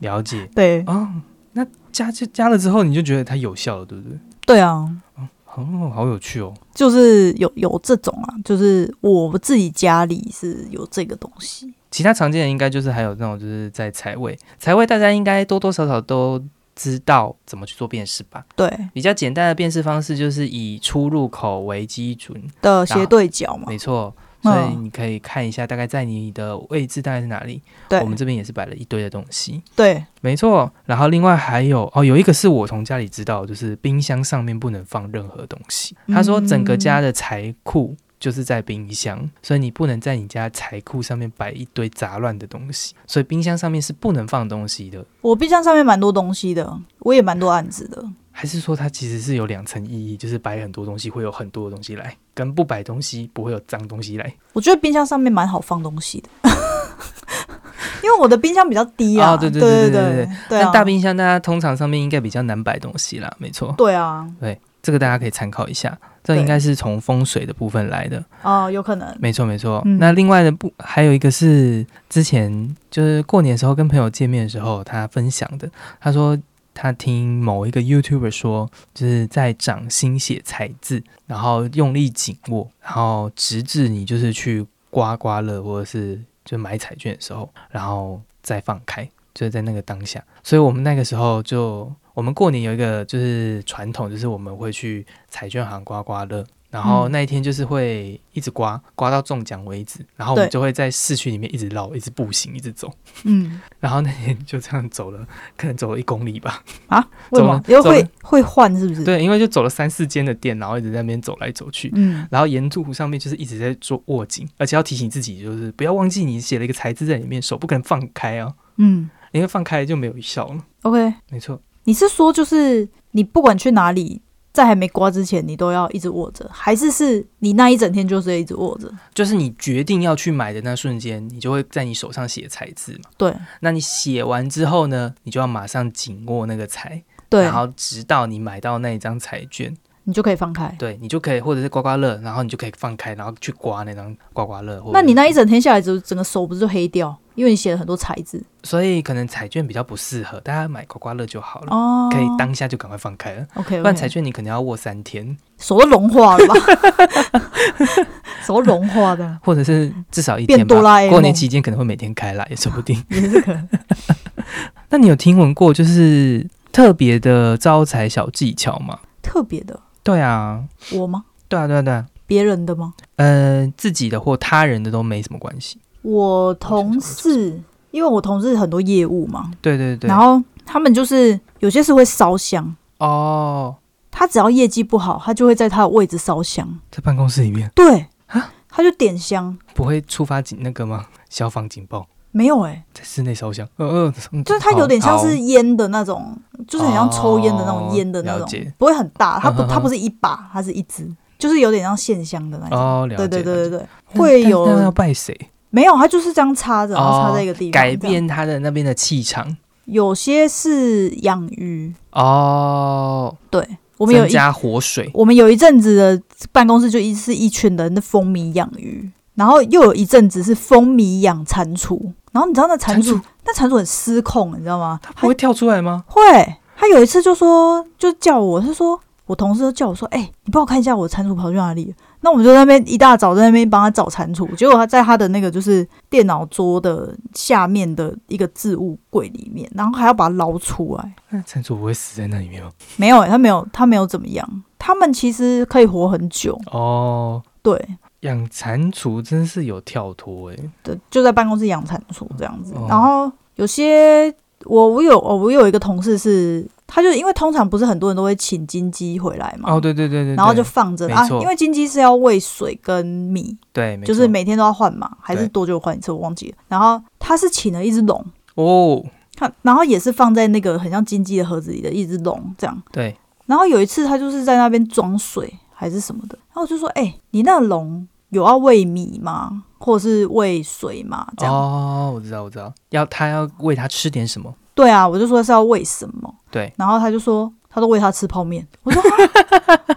Speaker 1: 了解。
Speaker 2: 对
Speaker 1: 哦，那加就加了之后，你就觉得它有效了，对不对？
Speaker 2: 对啊，
Speaker 1: 哦，好有趣哦。
Speaker 2: 就是有有这种啊，就是我自己家里是有这个东西。
Speaker 1: 其他常见的应该就是还有那种就是在财位，财位大家应该多多少少都知道怎么去做辨识吧。
Speaker 2: 对
Speaker 1: 比较简单的辨识方式就是以出入口为基准，
Speaker 2: 的
Speaker 1: 然
Speaker 2: 斜
Speaker 1: 后
Speaker 2: 对角嘛，
Speaker 1: 没错。
Speaker 2: 嗯
Speaker 1: 啊所以你可以看一下，大概在你的位置大概是哪里。
Speaker 2: 对
Speaker 1: 我们这边也是摆了一堆的东西，
Speaker 2: 对，
Speaker 1: 没错。然后另外还有哦，有一个是我从家里知道的，就是冰箱上面不能放任何东西。
Speaker 2: 嗯
Speaker 1: 他说整个家的财库就是在冰箱，所以你不能在你家财库上面摆一堆杂乱的东西，所以冰箱上面是不能放东西的。
Speaker 2: 我冰箱上面蛮多东西的，我也蛮多案子的。
Speaker 1: 还是说它其实是有两层意义，就是摆很多东西会有很多的东西来，跟不摆东西不会有脏东西来。
Speaker 2: 我觉得冰箱上面蛮好放东西的， [LAUGHS] 因为我的冰箱比较低啊。
Speaker 1: 啊对
Speaker 2: 对
Speaker 1: 对对对
Speaker 2: 对
Speaker 1: 对
Speaker 2: 对对
Speaker 1: 但
Speaker 2: 啊，
Speaker 1: 大冰箱大家通常上面应该比较难摆东西啦，没错，
Speaker 2: 对啊，
Speaker 1: 这个大家可以参考一下。这
Speaker 2: 对
Speaker 1: 应该是从风水的部分来的，
Speaker 2: 哦、有可能。
Speaker 1: 没错没错。
Speaker 2: 嗯
Speaker 1: 那另外的不还有一个是之前就是过年的时候跟朋友见面的时候他分享的，他说他听某一个 YouTuber 说，就是在掌心写财字，然后用力紧握，然后直至你就是去刮刮乐或者是就买彩券的时候，然后再放开，就是在那个当下。所以我们那个时候就我们过年有一个就是传统，就是我们会去彩券行刮刮乐。然后
Speaker 2: 嗯
Speaker 1: 那一天就是会一直刮，刮到中奖为止。然后我们
Speaker 2: 对
Speaker 1: 就会在市区里面一直绕，一直步行，一直走。
Speaker 2: 嗯
Speaker 1: 然后那天就这样走了，可能走了一公里吧。
Speaker 2: 啊，为什么？
Speaker 1: 走了
Speaker 2: 因为
Speaker 1: 走了
Speaker 2: 会会换是不是？，
Speaker 1: 对，因为就走了三四间的店，然后一直在那边走来走去。
Speaker 2: 嗯，
Speaker 1: 然后沿途上面就是一直在做握紧，而且要提醒自己，就是不要忘记你写了一个财字在里面，手不可能放开啊，
Speaker 2: 嗯
Speaker 1: 因为放开就没有效了。
Speaker 2: ，OK。
Speaker 1: 没错，
Speaker 2: 你是说就是你不管去哪里，在还没刮之前，你都要一直握着，还是是你那一整天就是一直握着？
Speaker 1: 就是你决定要去买的那瞬间，你就会在你手上写财字嘛。
Speaker 2: 对
Speaker 1: 那你写完之后呢，你就要马上紧握那个财，
Speaker 2: 对
Speaker 1: 然，后直到你买到那一张彩券，
Speaker 2: 你就可以放开。
Speaker 1: 对你就可以或者是刮刮乐，然后你就可以放开，然后去刮那张刮刮乐。或者
Speaker 2: 那你
Speaker 1: 是
Speaker 2: 那一整天下来，就整个手不是就黑掉？因为你写了很多材质
Speaker 1: 所以可能彩券比较不适合，大家买刮刮乐就好了，
Speaker 2: 哦，
Speaker 1: 可以当下就赶快放开了。
Speaker 2: OK，
Speaker 1: 不然彩券你可能要握三天，
Speaker 2: 手都融化
Speaker 1: [LAUGHS]
Speaker 2: 了吧？手都融化的，
Speaker 1: 或者是至少一
Speaker 2: 变
Speaker 1: 天
Speaker 2: 哆啦
Speaker 1: 吧
Speaker 2: A。梦
Speaker 1: 过年期间可能会每天开啦，也说不定。
Speaker 2: [LAUGHS] 也是可能。
Speaker 1: [LAUGHS] 那你有听闻过就是特别的招财小技巧吗？
Speaker 2: 特别的，
Speaker 1: 对啊，
Speaker 2: 我吗？
Speaker 1: 对啊，对啊，对啊。
Speaker 2: 别人的吗？
Speaker 1: 呃，自己的或他人的都没什么关系。
Speaker 2: 我同事，因为我同事很多业务嘛，
Speaker 1: 对对对。
Speaker 2: 然后他们就是有些是会烧香，
Speaker 1: 哦，
Speaker 2: 他只要业绩不好，他就会在他的位置烧香，
Speaker 1: 在办公室里面
Speaker 2: 对，
Speaker 1: 啊
Speaker 2: 他就点香，
Speaker 1: 不会触发警那个吗？消防警报
Speaker 2: 没有哎、
Speaker 1: 在室内烧香。嗯嗯，嗯
Speaker 2: 就是它有点像
Speaker 1: 好
Speaker 2: 是烟的那种，就是很像抽烟的那种
Speaker 1: 哦
Speaker 2: 烟的那
Speaker 1: 了
Speaker 2: 种
Speaker 1: 解，
Speaker 2: 不会很大，它
Speaker 1: 嗯
Speaker 2: 不
Speaker 1: 哼哼
Speaker 2: 它不是一把，它是一支，就是有点像线香的那种。
Speaker 1: 哦，了
Speaker 2: 对
Speaker 1: 解。
Speaker 2: 对
Speaker 1: 了
Speaker 2: 对
Speaker 1: 解
Speaker 2: 对对，会
Speaker 1: 但但要
Speaker 2: 有
Speaker 1: 拜谁？
Speaker 2: 没有？它就是这样插着，然后插在一个地方。
Speaker 1: 哦改
Speaker 2: 这样
Speaker 1: 变他的那边的气场
Speaker 2: 有些是养鱼，
Speaker 1: 哦。
Speaker 2: 对，我们有
Speaker 1: 增
Speaker 2: 一
Speaker 1: 加活水，
Speaker 2: 我们有一阵子的办公室就一是一群人的风靡养鱼，然后又有一阵子是风靡养蟾蜍，然后你知道那蟾
Speaker 1: 蟾
Speaker 2: 蜍，那蟾蜍很失控，你知道吗？
Speaker 1: 它会跳出来吗？
Speaker 2: 会，他有一次就说，就叫我，他说哦我同事都叫我说，哎、你帮我看一下我蟾蜍跑去哪里了。那我们就在那边一大早在那边帮他找蟾蜍，结果他在他的那个就是电脑桌的下面的一个置物柜里面，然后还要把它捞出来。
Speaker 1: 那哎蟾蜍不会死在那里面吗？
Speaker 2: 没有、欸，他没有，他没有怎么样。他们其实可以活很久，
Speaker 1: 哦，
Speaker 2: 对
Speaker 1: 养蟾蜍真是有跳脱哎、
Speaker 2: 对，就在办公室养蟾蜍这样子。
Speaker 1: 哦
Speaker 2: 然后有些我我有我有一个同事是，他就因为通常不是很多人都会请金鸡回来嘛，
Speaker 1: 哦，对对对对，
Speaker 2: 然后
Speaker 1: 对
Speaker 2: 就放着
Speaker 1: 没
Speaker 2: 啊，
Speaker 1: 错
Speaker 2: 因为金鸡是要喂水跟米，
Speaker 1: 对，没
Speaker 2: 就是
Speaker 1: 错
Speaker 2: 每天都要换嘛，还是
Speaker 1: 对
Speaker 2: 多久换一次我忘记了。然后它是请了一只笼，
Speaker 1: 哦，
Speaker 2: 看，然后也是放在那个很像金鸡的盒子里的一只笼这样。
Speaker 1: 对，
Speaker 2: 然后有一次它就是在那边装水还是什么的，然后我就说：“哎、你那笼有要喂米吗？或者是喂水吗？”这样，
Speaker 1: 哦，我知道我知道，要他要喂它吃点什么，
Speaker 2: 对啊，我就说是要喂什么，
Speaker 1: 对，
Speaker 2: 然后他就说。他都喂它吃泡面，我说啊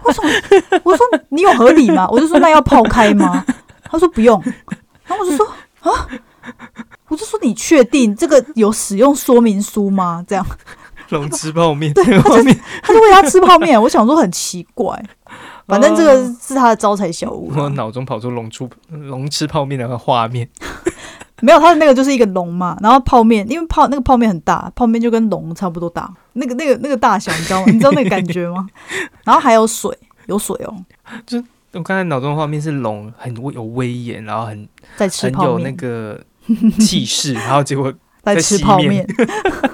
Speaker 2: 为什么？我说你有合理吗？
Speaker 1: [LAUGHS]
Speaker 2: 我就说那要泡开吗？他说不用，然后我就说啊，我就说你确定这个有使用说明书吗？这样
Speaker 1: [LAUGHS] 龙吃泡面，对，泡面，
Speaker 2: 他就喂它吃泡面，我想说很奇怪，反正这个是他的招财小物啊、
Speaker 1: [LAUGHS] 我脑中跑出龙出龙吃泡面的画面，
Speaker 2: 没有，它的那个就是一个笼嘛，然后泡面，因为泡那个泡面很大，泡面就跟笼差不多大，那个那个那个大小，你知道吗？你知道那个感觉吗？
Speaker 1: [LAUGHS]
Speaker 2: 然后还有水，有水哦，
Speaker 1: 我刚才脑中的画面是龙很有威严，然后很
Speaker 2: 在吃
Speaker 1: 很
Speaker 2: 泡
Speaker 1: 有那
Speaker 2: 面，
Speaker 1: 个气势，然后结果
Speaker 2: 在
Speaker 1: 在
Speaker 2: 吃
Speaker 1: 吸
Speaker 2: 泡
Speaker 1: 面
Speaker 2: 面。 [LAUGHS]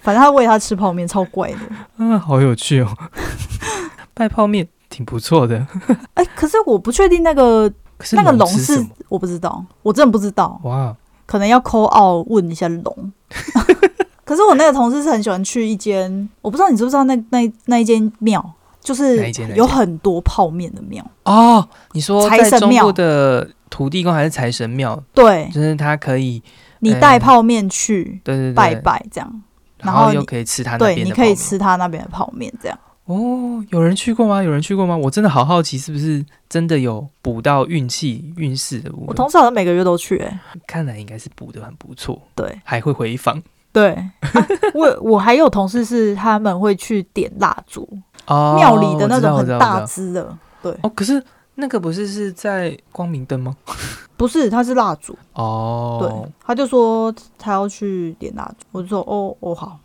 Speaker 2: 反正他喂它吃泡面，超怪的。
Speaker 1: 啊，好有趣哦， [LAUGHS] 卖泡面挺不错的。
Speaker 2: [LAUGHS] 哎、可是我不确定那个
Speaker 1: 可是
Speaker 2: 那个龙
Speaker 1: 吃什
Speaker 2: 是
Speaker 1: 么
Speaker 2: 我不知道，我真的不知道，
Speaker 1: 哇，
Speaker 2: 可能要扣奥问一下龙。 [LAUGHS] 可是我那个同事是很喜欢去一间，我不知道你知不知道那那那一间庙，就是
Speaker 1: 哪一间哪一间
Speaker 2: 有很多泡面的庙。
Speaker 1: 哦，你说
Speaker 2: 财
Speaker 1: 在
Speaker 2: 神
Speaker 1: 中
Speaker 2: 庙
Speaker 1: 国的土地公还是财神庙，
Speaker 2: 对
Speaker 1: 就是它可以
Speaker 2: 你
Speaker 1: 哎
Speaker 2: 带泡面去
Speaker 1: 对对对
Speaker 2: 拜拜这样，
Speaker 1: 然
Speaker 2: 然后
Speaker 1: 后又
Speaker 2: 你
Speaker 1: 可以吃它那
Speaker 2: 对，
Speaker 1: 边
Speaker 2: 你
Speaker 1: 的
Speaker 2: 可
Speaker 1: 泡
Speaker 2: 以
Speaker 1: 面
Speaker 2: 吃他那边的泡面这样。
Speaker 1: 哦。有人去过吗？有人去过吗？我真的好好奇，是不是真的有补到运气运势的部
Speaker 2: 我
Speaker 1: 分？
Speaker 2: 同事好像每个月都去、欸，
Speaker 1: 看来应该是补的很不错，
Speaker 2: 对
Speaker 1: 还会回访
Speaker 2: 对。啊我我还有同事是他们会去点蜡烛，
Speaker 1: 哦。
Speaker 2: 庙里的那
Speaker 1: 我知道
Speaker 2: 种
Speaker 1: 我知
Speaker 2: 很
Speaker 1: 道我
Speaker 2: 大
Speaker 1: 知道
Speaker 2: 支的，对，
Speaker 1: 哦，可是那个不是是在光明灯吗？
Speaker 2: 不是，它是蜡烛，
Speaker 1: 哦
Speaker 2: 对，，他就说他要去点蜡烛，我就说哦哦好，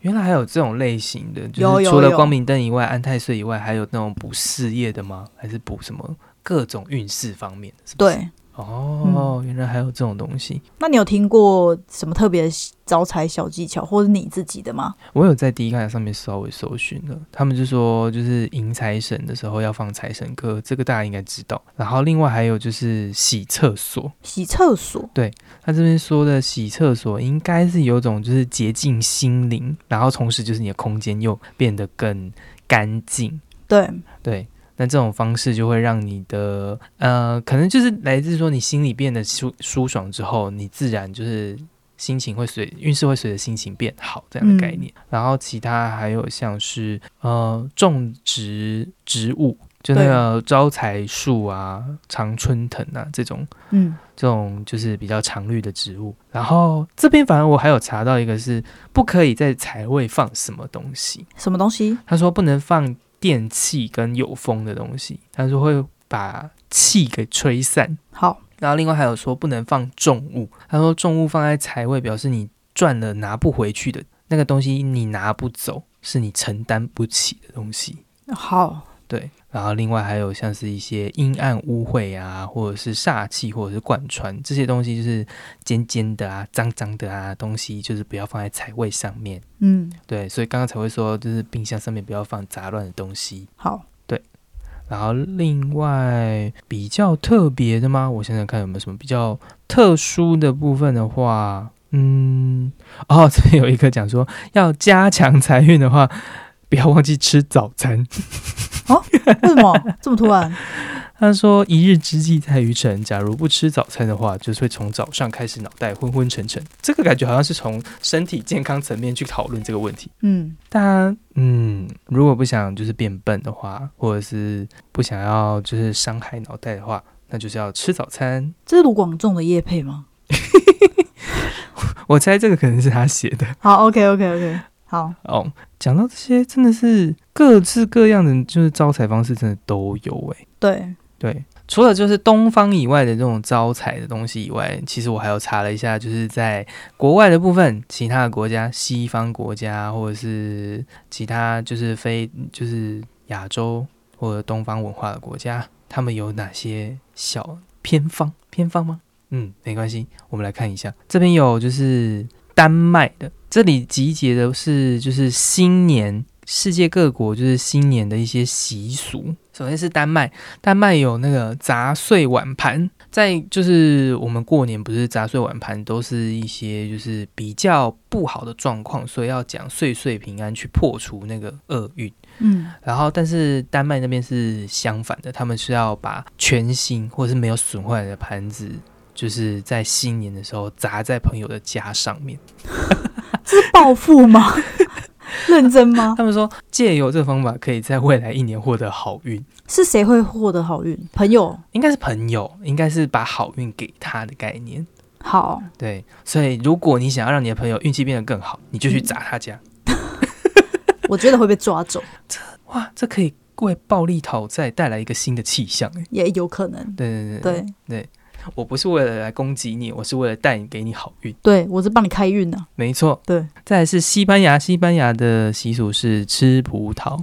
Speaker 1: 原来还有这种类型的，就
Speaker 2: 有
Speaker 1: 是
Speaker 2: 有
Speaker 1: 除了
Speaker 2: 有
Speaker 1: 光明灯以外，安太岁以外，还有那种补事业的吗？还是补什么各种运势方面的？是不是，
Speaker 2: 对。嗯
Speaker 1: 哦，原来还有这种东西。
Speaker 2: 那你有听过什么特别的招财小技巧，或者你自己的吗？
Speaker 1: 我有在第一看上面稍微搜寻了，他们就说就是迎财神的时候要放财神歌，这个大家应该知道。然后另外还有就是洗厕所，
Speaker 2: 洗厕所，
Speaker 1: 他这边说的洗厕所应该是有种就是洁净心灵，然后同时就是你的空间又变得更干净。
Speaker 2: 对，
Speaker 1: 对，那这种方式就会让你的呃，可能就是来自说你心里变得舒舒爽之后，你自然就是心情会随运势会随着心情变好这样的概念。然后其他还有像是呃种植植物，就那
Speaker 2: 对
Speaker 1: 个招财树啊、常春藤啊这种。
Speaker 2: 嗯，
Speaker 1: 这种就是比较常绿的植物，然后这边反而我还有查到一个是不可以在财位放什么东西，
Speaker 2: 什么东西？
Speaker 1: 他说不能放电器跟有风的东西，他说会把气给吹散。
Speaker 2: 好，
Speaker 1: 然后另外还有说不能放重物，他说重物放在财位，表示你赚了拿不回去的那个东西，你拿不走，是你承担不起的东西。
Speaker 2: 好，
Speaker 1: 对，然后另外还有像是一些阴暗污秽啊，或者是煞气，或者是贯穿这些东西，就是尖尖的啊、脏脏的啊东西，就是不要放在财位上面。
Speaker 2: 嗯，
Speaker 1: 对，所以刚刚才会说，就是冰箱上面不要放杂乱的东西。
Speaker 2: 好，
Speaker 1: 然后另外比较特别的吗？我想想看有没有什么比较特殊的部分的话，嗯，哦， [LAUGHS] 这边有一个讲说要加强财运的话，不要忘记吃早餐。
Speaker 2: 为什么这么突然？
Speaker 1: 他说：“一日之计在于晨，假如不吃早餐的话，就是会从早上开始脑袋昏昏沉沉。”这个感觉好像是从身体健康层面去讨论这个问题。
Speaker 2: 嗯，
Speaker 1: 大家，嗯，如果不想就是变笨的话，或者是不想要就是伤害脑袋的话，那就是要吃早餐。
Speaker 2: 这是卢广仲的叶配吗？
Speaker 1: 我猜这个可能是他写的
Speaker 2: 好，OK OK OK，好，
Speaker 1: 哦。讲到这些，真的是各式各样的就是招财方式，真的都有欸诶、
Speaker 2: 对，
Speaker 1: 对，除了就是东方以外的这种招财的东西以外，其实我还有查了一下，就是在国外的部分，其他的国家，西方国家或者是其他就是非就是亚洲或者东方文化的国家，他们有哪些小偏方？偏方吗？嗯，没关系，我们来看一下，这边有就是丹麦的，这里集结的是就是新年。世界各国就是新年的一些习俗，首先是丹麦，丹麦有那个砸碎碗盘，在就是我们过年不是砸碎碗盘，都是一些就是比较不好的状况，所以要讲岁岁平安去破除那个厄运。
Speaker 2: 嗯，
Speaker 1: 然后，但是丹麦那边是相反的，他们是要把全新或者是没有损坏的盘子，就是在新年的时候砸在朋友的家上面。
Speaker 2: 是暴富 [LAUGHS] 吗？认真吗？
Speaker 1: [LAUGHS] 他们说借由这个方法，可以在未来一年获得好运。
Speaker 2: 是谁会获得好运？朋友，
Speaker 1: 应该是朋友，应该是把好运给他的概念。
Speaker 2: 好，
Speaker 1: 对，所以如果你想要让你的朋友运气变得更好，你就去砸他家。
Speaker 2: 我觉得会被抓走，
Speaker 1: 哇，这可以为暴力讨债带来一个新的气象。哎，
Speaker 2: 也有可能。
Speaker 1: 对对对
Speaker 2: 对
Speaker 1: 我不是为了来攻击你，我是为了带你给你好运。
Speaker 2: 对，我是帮你开运的、
Speaker 1: [LAUGHS] 没错，
Speaker 2: 对。
Speaker 1: 再来是西班牙，西班牙的习俗是吃葡萄。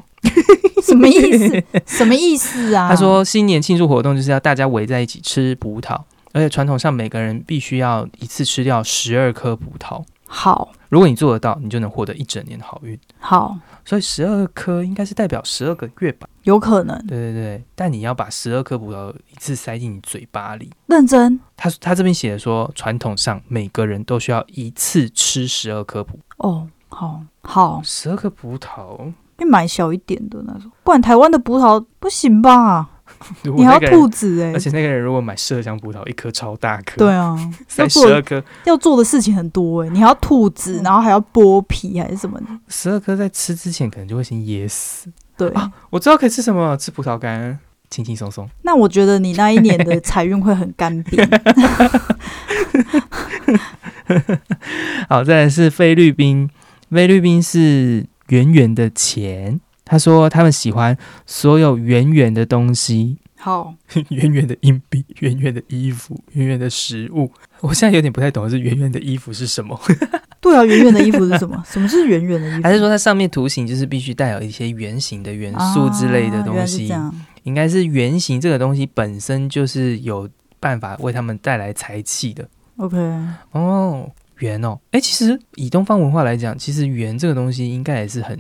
Speaker 2: 什么意思？什么意思啊？
Speaker 1: 他说，新年庆祝活动就是要大家围在一起吃葡萄，而且传统上每个人必须要一次吃掉十二颗葡萄。
Speaker 2: 好
Speaker 1: 如果你做得到，你就能获得一整年的好运。
Speaker 2: 好，
Speaker 1: 所以十二颗应该是代表十二个月吧。
Speaker 2: 有可能
Speaker 1: 对对对，但你要把十二颗葡萄一次塞进你嘴巴里。
Speaker 2: 认真
Speaker 1: 他他这边写的说，传统上每个人都需要一次吃十二颗葡，
Speaker 2: 哦。好好，
Speaker 1: 十二颗葡萄。
Speaker 2: 你买小一点的那种，不然台湾的葡萄不行吧？
Speaker 1: 如果
Speaker 2: 你
Speaker 1: 那
Speaker 2: 还要
Speaker 1: 个人
Speaker 2: 兔，子哎、
Speaker 1: 而且那个人如果买麝香葡萄，一颗超大颗，
Speaker 2: 对，啊，
Speaker 1: 塞
Speaker 2: 要
Speaker 1: 十
Speaker 2: 做
Speaker 1: 二颗，
Speaker 2: 要做的事情很多哎、你还要兔子，然后还要剥皮还是什么的？
Speaker 1: 十二颗在吃之前可能就会先噎死。
Speaker 2: 对，
Speaker 1: 啊我知道可以吃什么，吃葡萄干，轻轻松松。
Speaker 2: 那我觉得你那一年的财运会很干
Speaker 1: [LAUGHS]
Speaker 2: 瘪。
Speaker 1: 好，再来是菲律宾，菲律宾是圆圆的钱。他说他们喜欢所有圆圆的东西，
Speaker 2: 好，
Speaker 1: [LAUGHS] 圆圆的硬币、圆圆的衣服、圆圆的食物。我现在有点不太懂，是圆圆的衣服是什么？
Speaker 2: 对啊，圆圆的衣服是什么？什么是圆圆的衣服？
Speaker 1: 还是说它上面图形就是必须带有一些圆形的元素之类的
Speaker 2: 啊原
Speaker 1: 东
Speaker 2: 来是
Speaker 1: 西？
Speaker 2: 这样
Speaker 1: 应该是圆形这个东西本身就是有办法为他们带来财气的
Speaker 2: OK，
Speaker 1: 哦。圆哦，哎，其实以东方文化来讲，其实圆这个东西应该也是很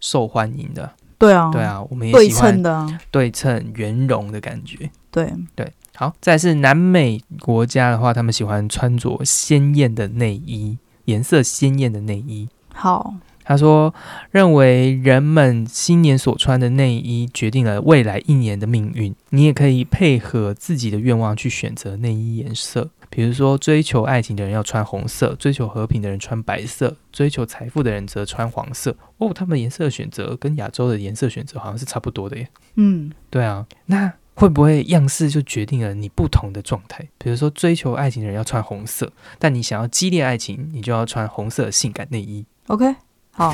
Speaker 1: 受欢迎的。
Speaker 2: 对啊，
Speaker 1: 对，啊，我们也
Speaker 2: 对
Speaker 1: 喜欢
Speaker 2: 称的啊，
Speaker 1: 对称、圆融的感觉。
Speaker 2: 对，
Speaker 1: 对，好，再来是南美国家的话，他们喜欢穿着鲜艳的内衣，颜色鲜艳的内衣。
Speaker 2: 好，
Speaker 1: 他说，认为人们新年所穿的内衣决定了未来一年的命运。你也可以配合自己的愿望去选择内衣颜色，比如说追求爱情的人要穿红色，追求和平的人穿白色，追求财富的人则穿黄色。哦，他们颜色的选择跟亚洲的颜色选择好像是差不多的耶。
Speaker 2: 嗯，
Speaker 1: 对啊，那会不会样式就决定了你不同的状态？比如说，追求爱情的人要穿红色，但你想要激烈爱情，你就要穿红色的性感内衣。 [LAUGHS]
Speaker 2: OK，好，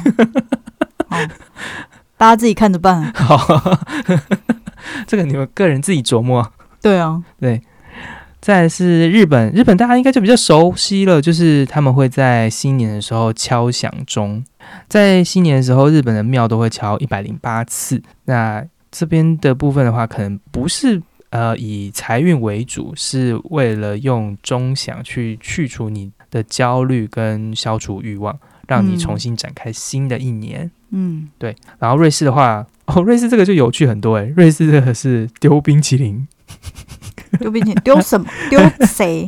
Speaker 2: [LAUGHS] 好，大家自己看着办啊。
Speaker 1: 好，这个你们个人自己琢磨。
Speaker 2: 对啊，
Speaker 1: 再来是日本，日本大家应该就比较熟悉了，就是他们会在新年的时候敲响钟，在新年的时候，日本的庙都会敲一百零八次。那这边的部分的话，可能不是呃以财运为主，是为了用钟响去去除你的焦虑跟消除欲望，让你
Speaker 2: 嗯
Speaker 1: 重新展开新的一年。
Speaker 2: 嗯，
Speaker 1: 对，然后瑞士的话，哦，瑞士这个就有趣很多诶，欸瑞士这个是丢冰淇淋。
Speaker 2: 丢冰淇淋丢
Speaker 1: [LAUGHS]
Speaker 2: 什么？丢谁？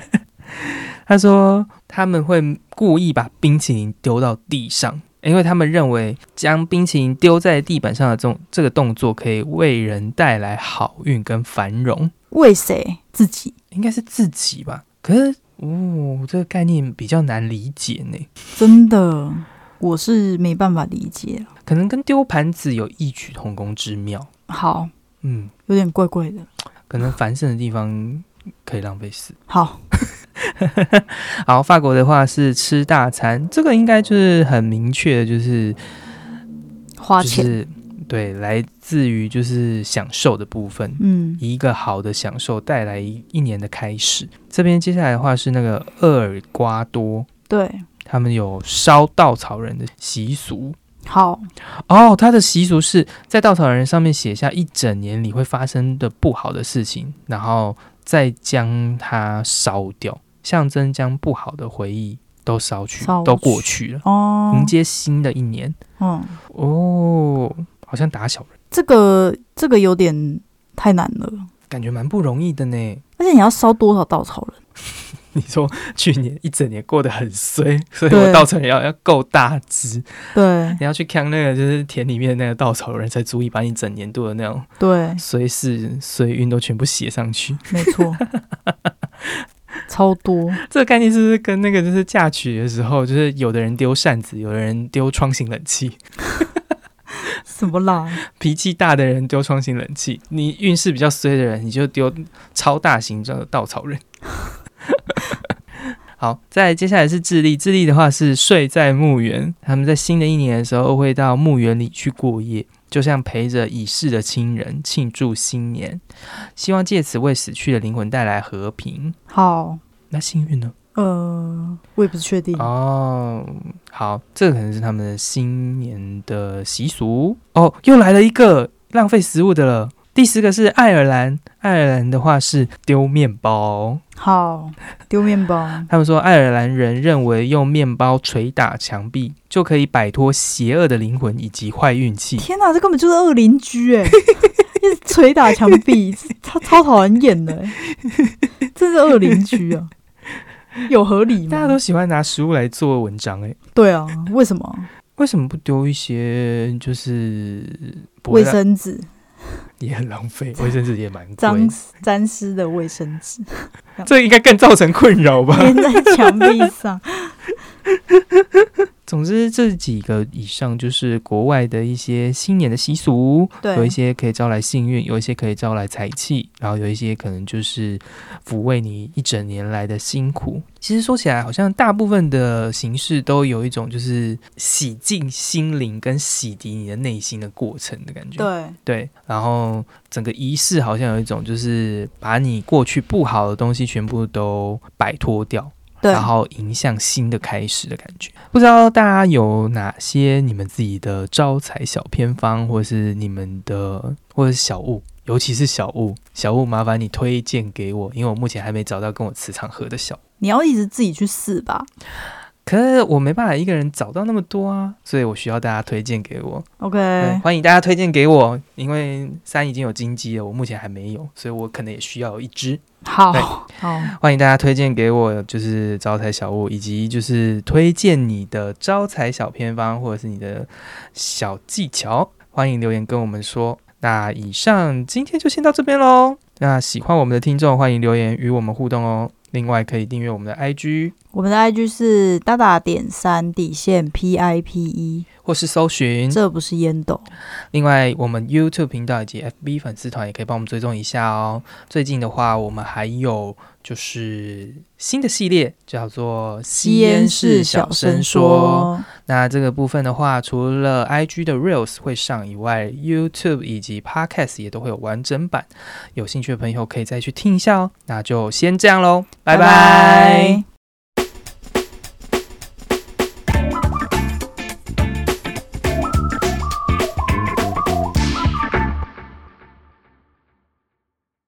Speaker 1: 他说他们会故意把冰淇淋丢到地上，因为他们认为将冰淇淋丢在地板上的这种这个动作可以为人带来好运跟繁荣，
Speaker 2: 为谁？自己，
Speaker 1: 应该是自己吧。可是，哦，这个概念比较难理解呢，
Speaker 2: 真的，我是没办法理解。
Speaker 1: 可能跟丢盘子有异曲同工之妙。
Speaker 2: 好，
Speaker 1: 嗯，
Speaker 2: 有点怪怪的。
Speaker 1: 可能繁盛的地方可以浪费死。 [LAUGHS]
Speaker 2: 好，
Speaker 1: 好，法国的话是吃大餐，这个应该就是很明确的，就是
Speaker 2: 花
Speaker 1: 就
Speaker 2: 钱，
Speaker 1: 是对，来自于就是享受的部分，
Speaker 2: 嗯，
Speaker 1: 以一个好的享受带来一一年的开始。这边接下来的话是那个厄尔瓜多，
Speaker 2: 对，
Speaker 1: 他们有烧稻草人的习俗
Speaker 2: 好，
Speaker 1: 哦，他的习俗是在稻草人上面写下一整年里会发生的不好的事情，然后再将它烧掉，象征将不好的回忆都烧去，
Speaker 2: 烧
Speaker 1: 都过去了。
Speaker 2: 哦
Speaker 1: 迎，接新的一年。
Speaker 2: 嗯，
Speaker 1: 哦，好像打小人，
Speaker 2: 这个这个有点太难了，
Speaker 1: 感觉蛮不容易的呢。 [LAUGHS]
Speaker 2: 而且你要烧多少稻草人？
Speaker 1: 你说去年一整年过得很衰， [LAUGHS] 所以
Speaker 2: 对
Speaker 1: 我稻草人要要够大只，
Speaker 2: 对
Speaker 1: 你要去看那个就是田里面那个稻草人，才足以把你整年度的那种
Speaker 2: 对，
Speaker 1: 衰事衰运都全部写上去。
Speaker 2: 没
Speaker 1: [LAUGHS]
Speaker 2: 错，超多，
Speaker 1: 这个概念是不是跟那个就是嫁娶的时候，就是有的人丢扇子，有的人丢窗型冷气，
Speaker 2: 什么啦？
Speaker 1: 脾气大的人丢窗型冷气，你运势比较衰的人，你就丢超大型的稻草人。 [LAUGHS] 好，再来接下来是智利，智利的话是睡在墓园，他们在新的一年的时候会到墓园里去过夜，就像陪着已逝的亲人庆祝新年，希望借此为死去的灵魂带来和平。
Speaker 2: 好，
Speaker 1: 那幸运呢？
Speaker 2: 呃，我也不确定。
Speaker 1: 哦，好，这可能是他们的新年的习俗哦。又来了一个浪费食物的了。第十个是爱尔兰，爱尔兰的话是丢面包。
Speaker 2: 好，丢面包，
Speaker 1: [LAUGHS] 他们说，爱尔兰人认为用面包捶打墙壁就可以摆脱邪恶的灵魂以及坏运气。
Speaker 2: 天哪，这根本就是恶邻居哎、一直捶打墙壁， [LAUGHS] 超超讨人厌的、欸，这是恶邻
Speaker 1: [LAUGHS]
Speaker 2: 居啊，有合理
Speaker 1: 大
Speaker 2: 吗
Speaker 1: 家？都喜欢拿食物来做文章、诶，
Speaker 2: 对啊，为什么？
Speaker 1: 为什么不丢一些就是不会
Speaker 2: 卫
Speaker 1: 让
Speaker 2: 生纸，
Speaker 1: 也很浪费，卫生纸也蛮贵
Speaker 2: 脏
Speaker 1: 的，
Speaker 2: 死沾湿的卫生纸
Speaker 1: 这应该更造成困扰吧？
Speaker 2: 粘在墙壁
Speaker 1: [LAUGHS]
Speaker 2: 上，
Speaker 1: 总之，这几个以上就是国外的一些新年的习俗，有
Speaker 2: 对
Speaker 1: 一，些可以招来幸运，有一些可以招来财气，然后有一些可能就是抚慰你一整年来的辛苦。其实说起来，好像大部分的形式都有一种就是洗净心灵跟洗涤你的内心的过程的感觉。
Speaker 2: 对，
Speaker 1: 对，然后整个仪式好像有一种就是把你过去不好的东西全部都摆脱掉。
Speaker 2: 对
Speaker 1: 然，后迎向新的开始的感觉。不知道大家有哪些你们自己的招财小偏方，或是你们的或者是小物，尤其是小物，小物麻烦你推荐给我，因为我目前还没找到跟我磁场合的小物。
Speaker 2: 你要一直自己去试吧。
Speaker 1: 可是我没办法一个人找到那么多啊，所以我需要大家推荐给我。对
Speaker 2: OK，，
Speaker 1: 欢迎大家推荐给我，因为三已经有金鸡了，我目前还没有，所以我可能也需要有一只。
Speaker 2: 好
Speaker 1: 对
Speaker 2: 好，
Speaker 1: 欢迎大家推荐给我，就是招财小物，以及就是推荐你的招财小偏方，或者是你的小技巧，欢迎留言跟我们说。那以上今天就先到这边喽。那喜欢我们的听众，欢迎留言与我们互动哦。另外，可以订阅我们的 IG，
Speaker 2: 我们的 IG 是大大点三底线 P I P E，
Speaker 1: 或是搜寻。
Speaker 2: 这不是烟斗。
Speaker 1: 另外，我们 YouTube 频道以及 FB 粉丝团也可以帮我们追踪一下哦。最近的话，我们还有就是新的系列，叫做吸烟室小声说。，那这个部分的话，除了 IG 的 Reels 会上以外，YouTube 以及 Podcast 也都会有完整版，有兴趣的朋友可以再去听一下哦。那就先这样喽，拜拜
Speaker 2: 拜拜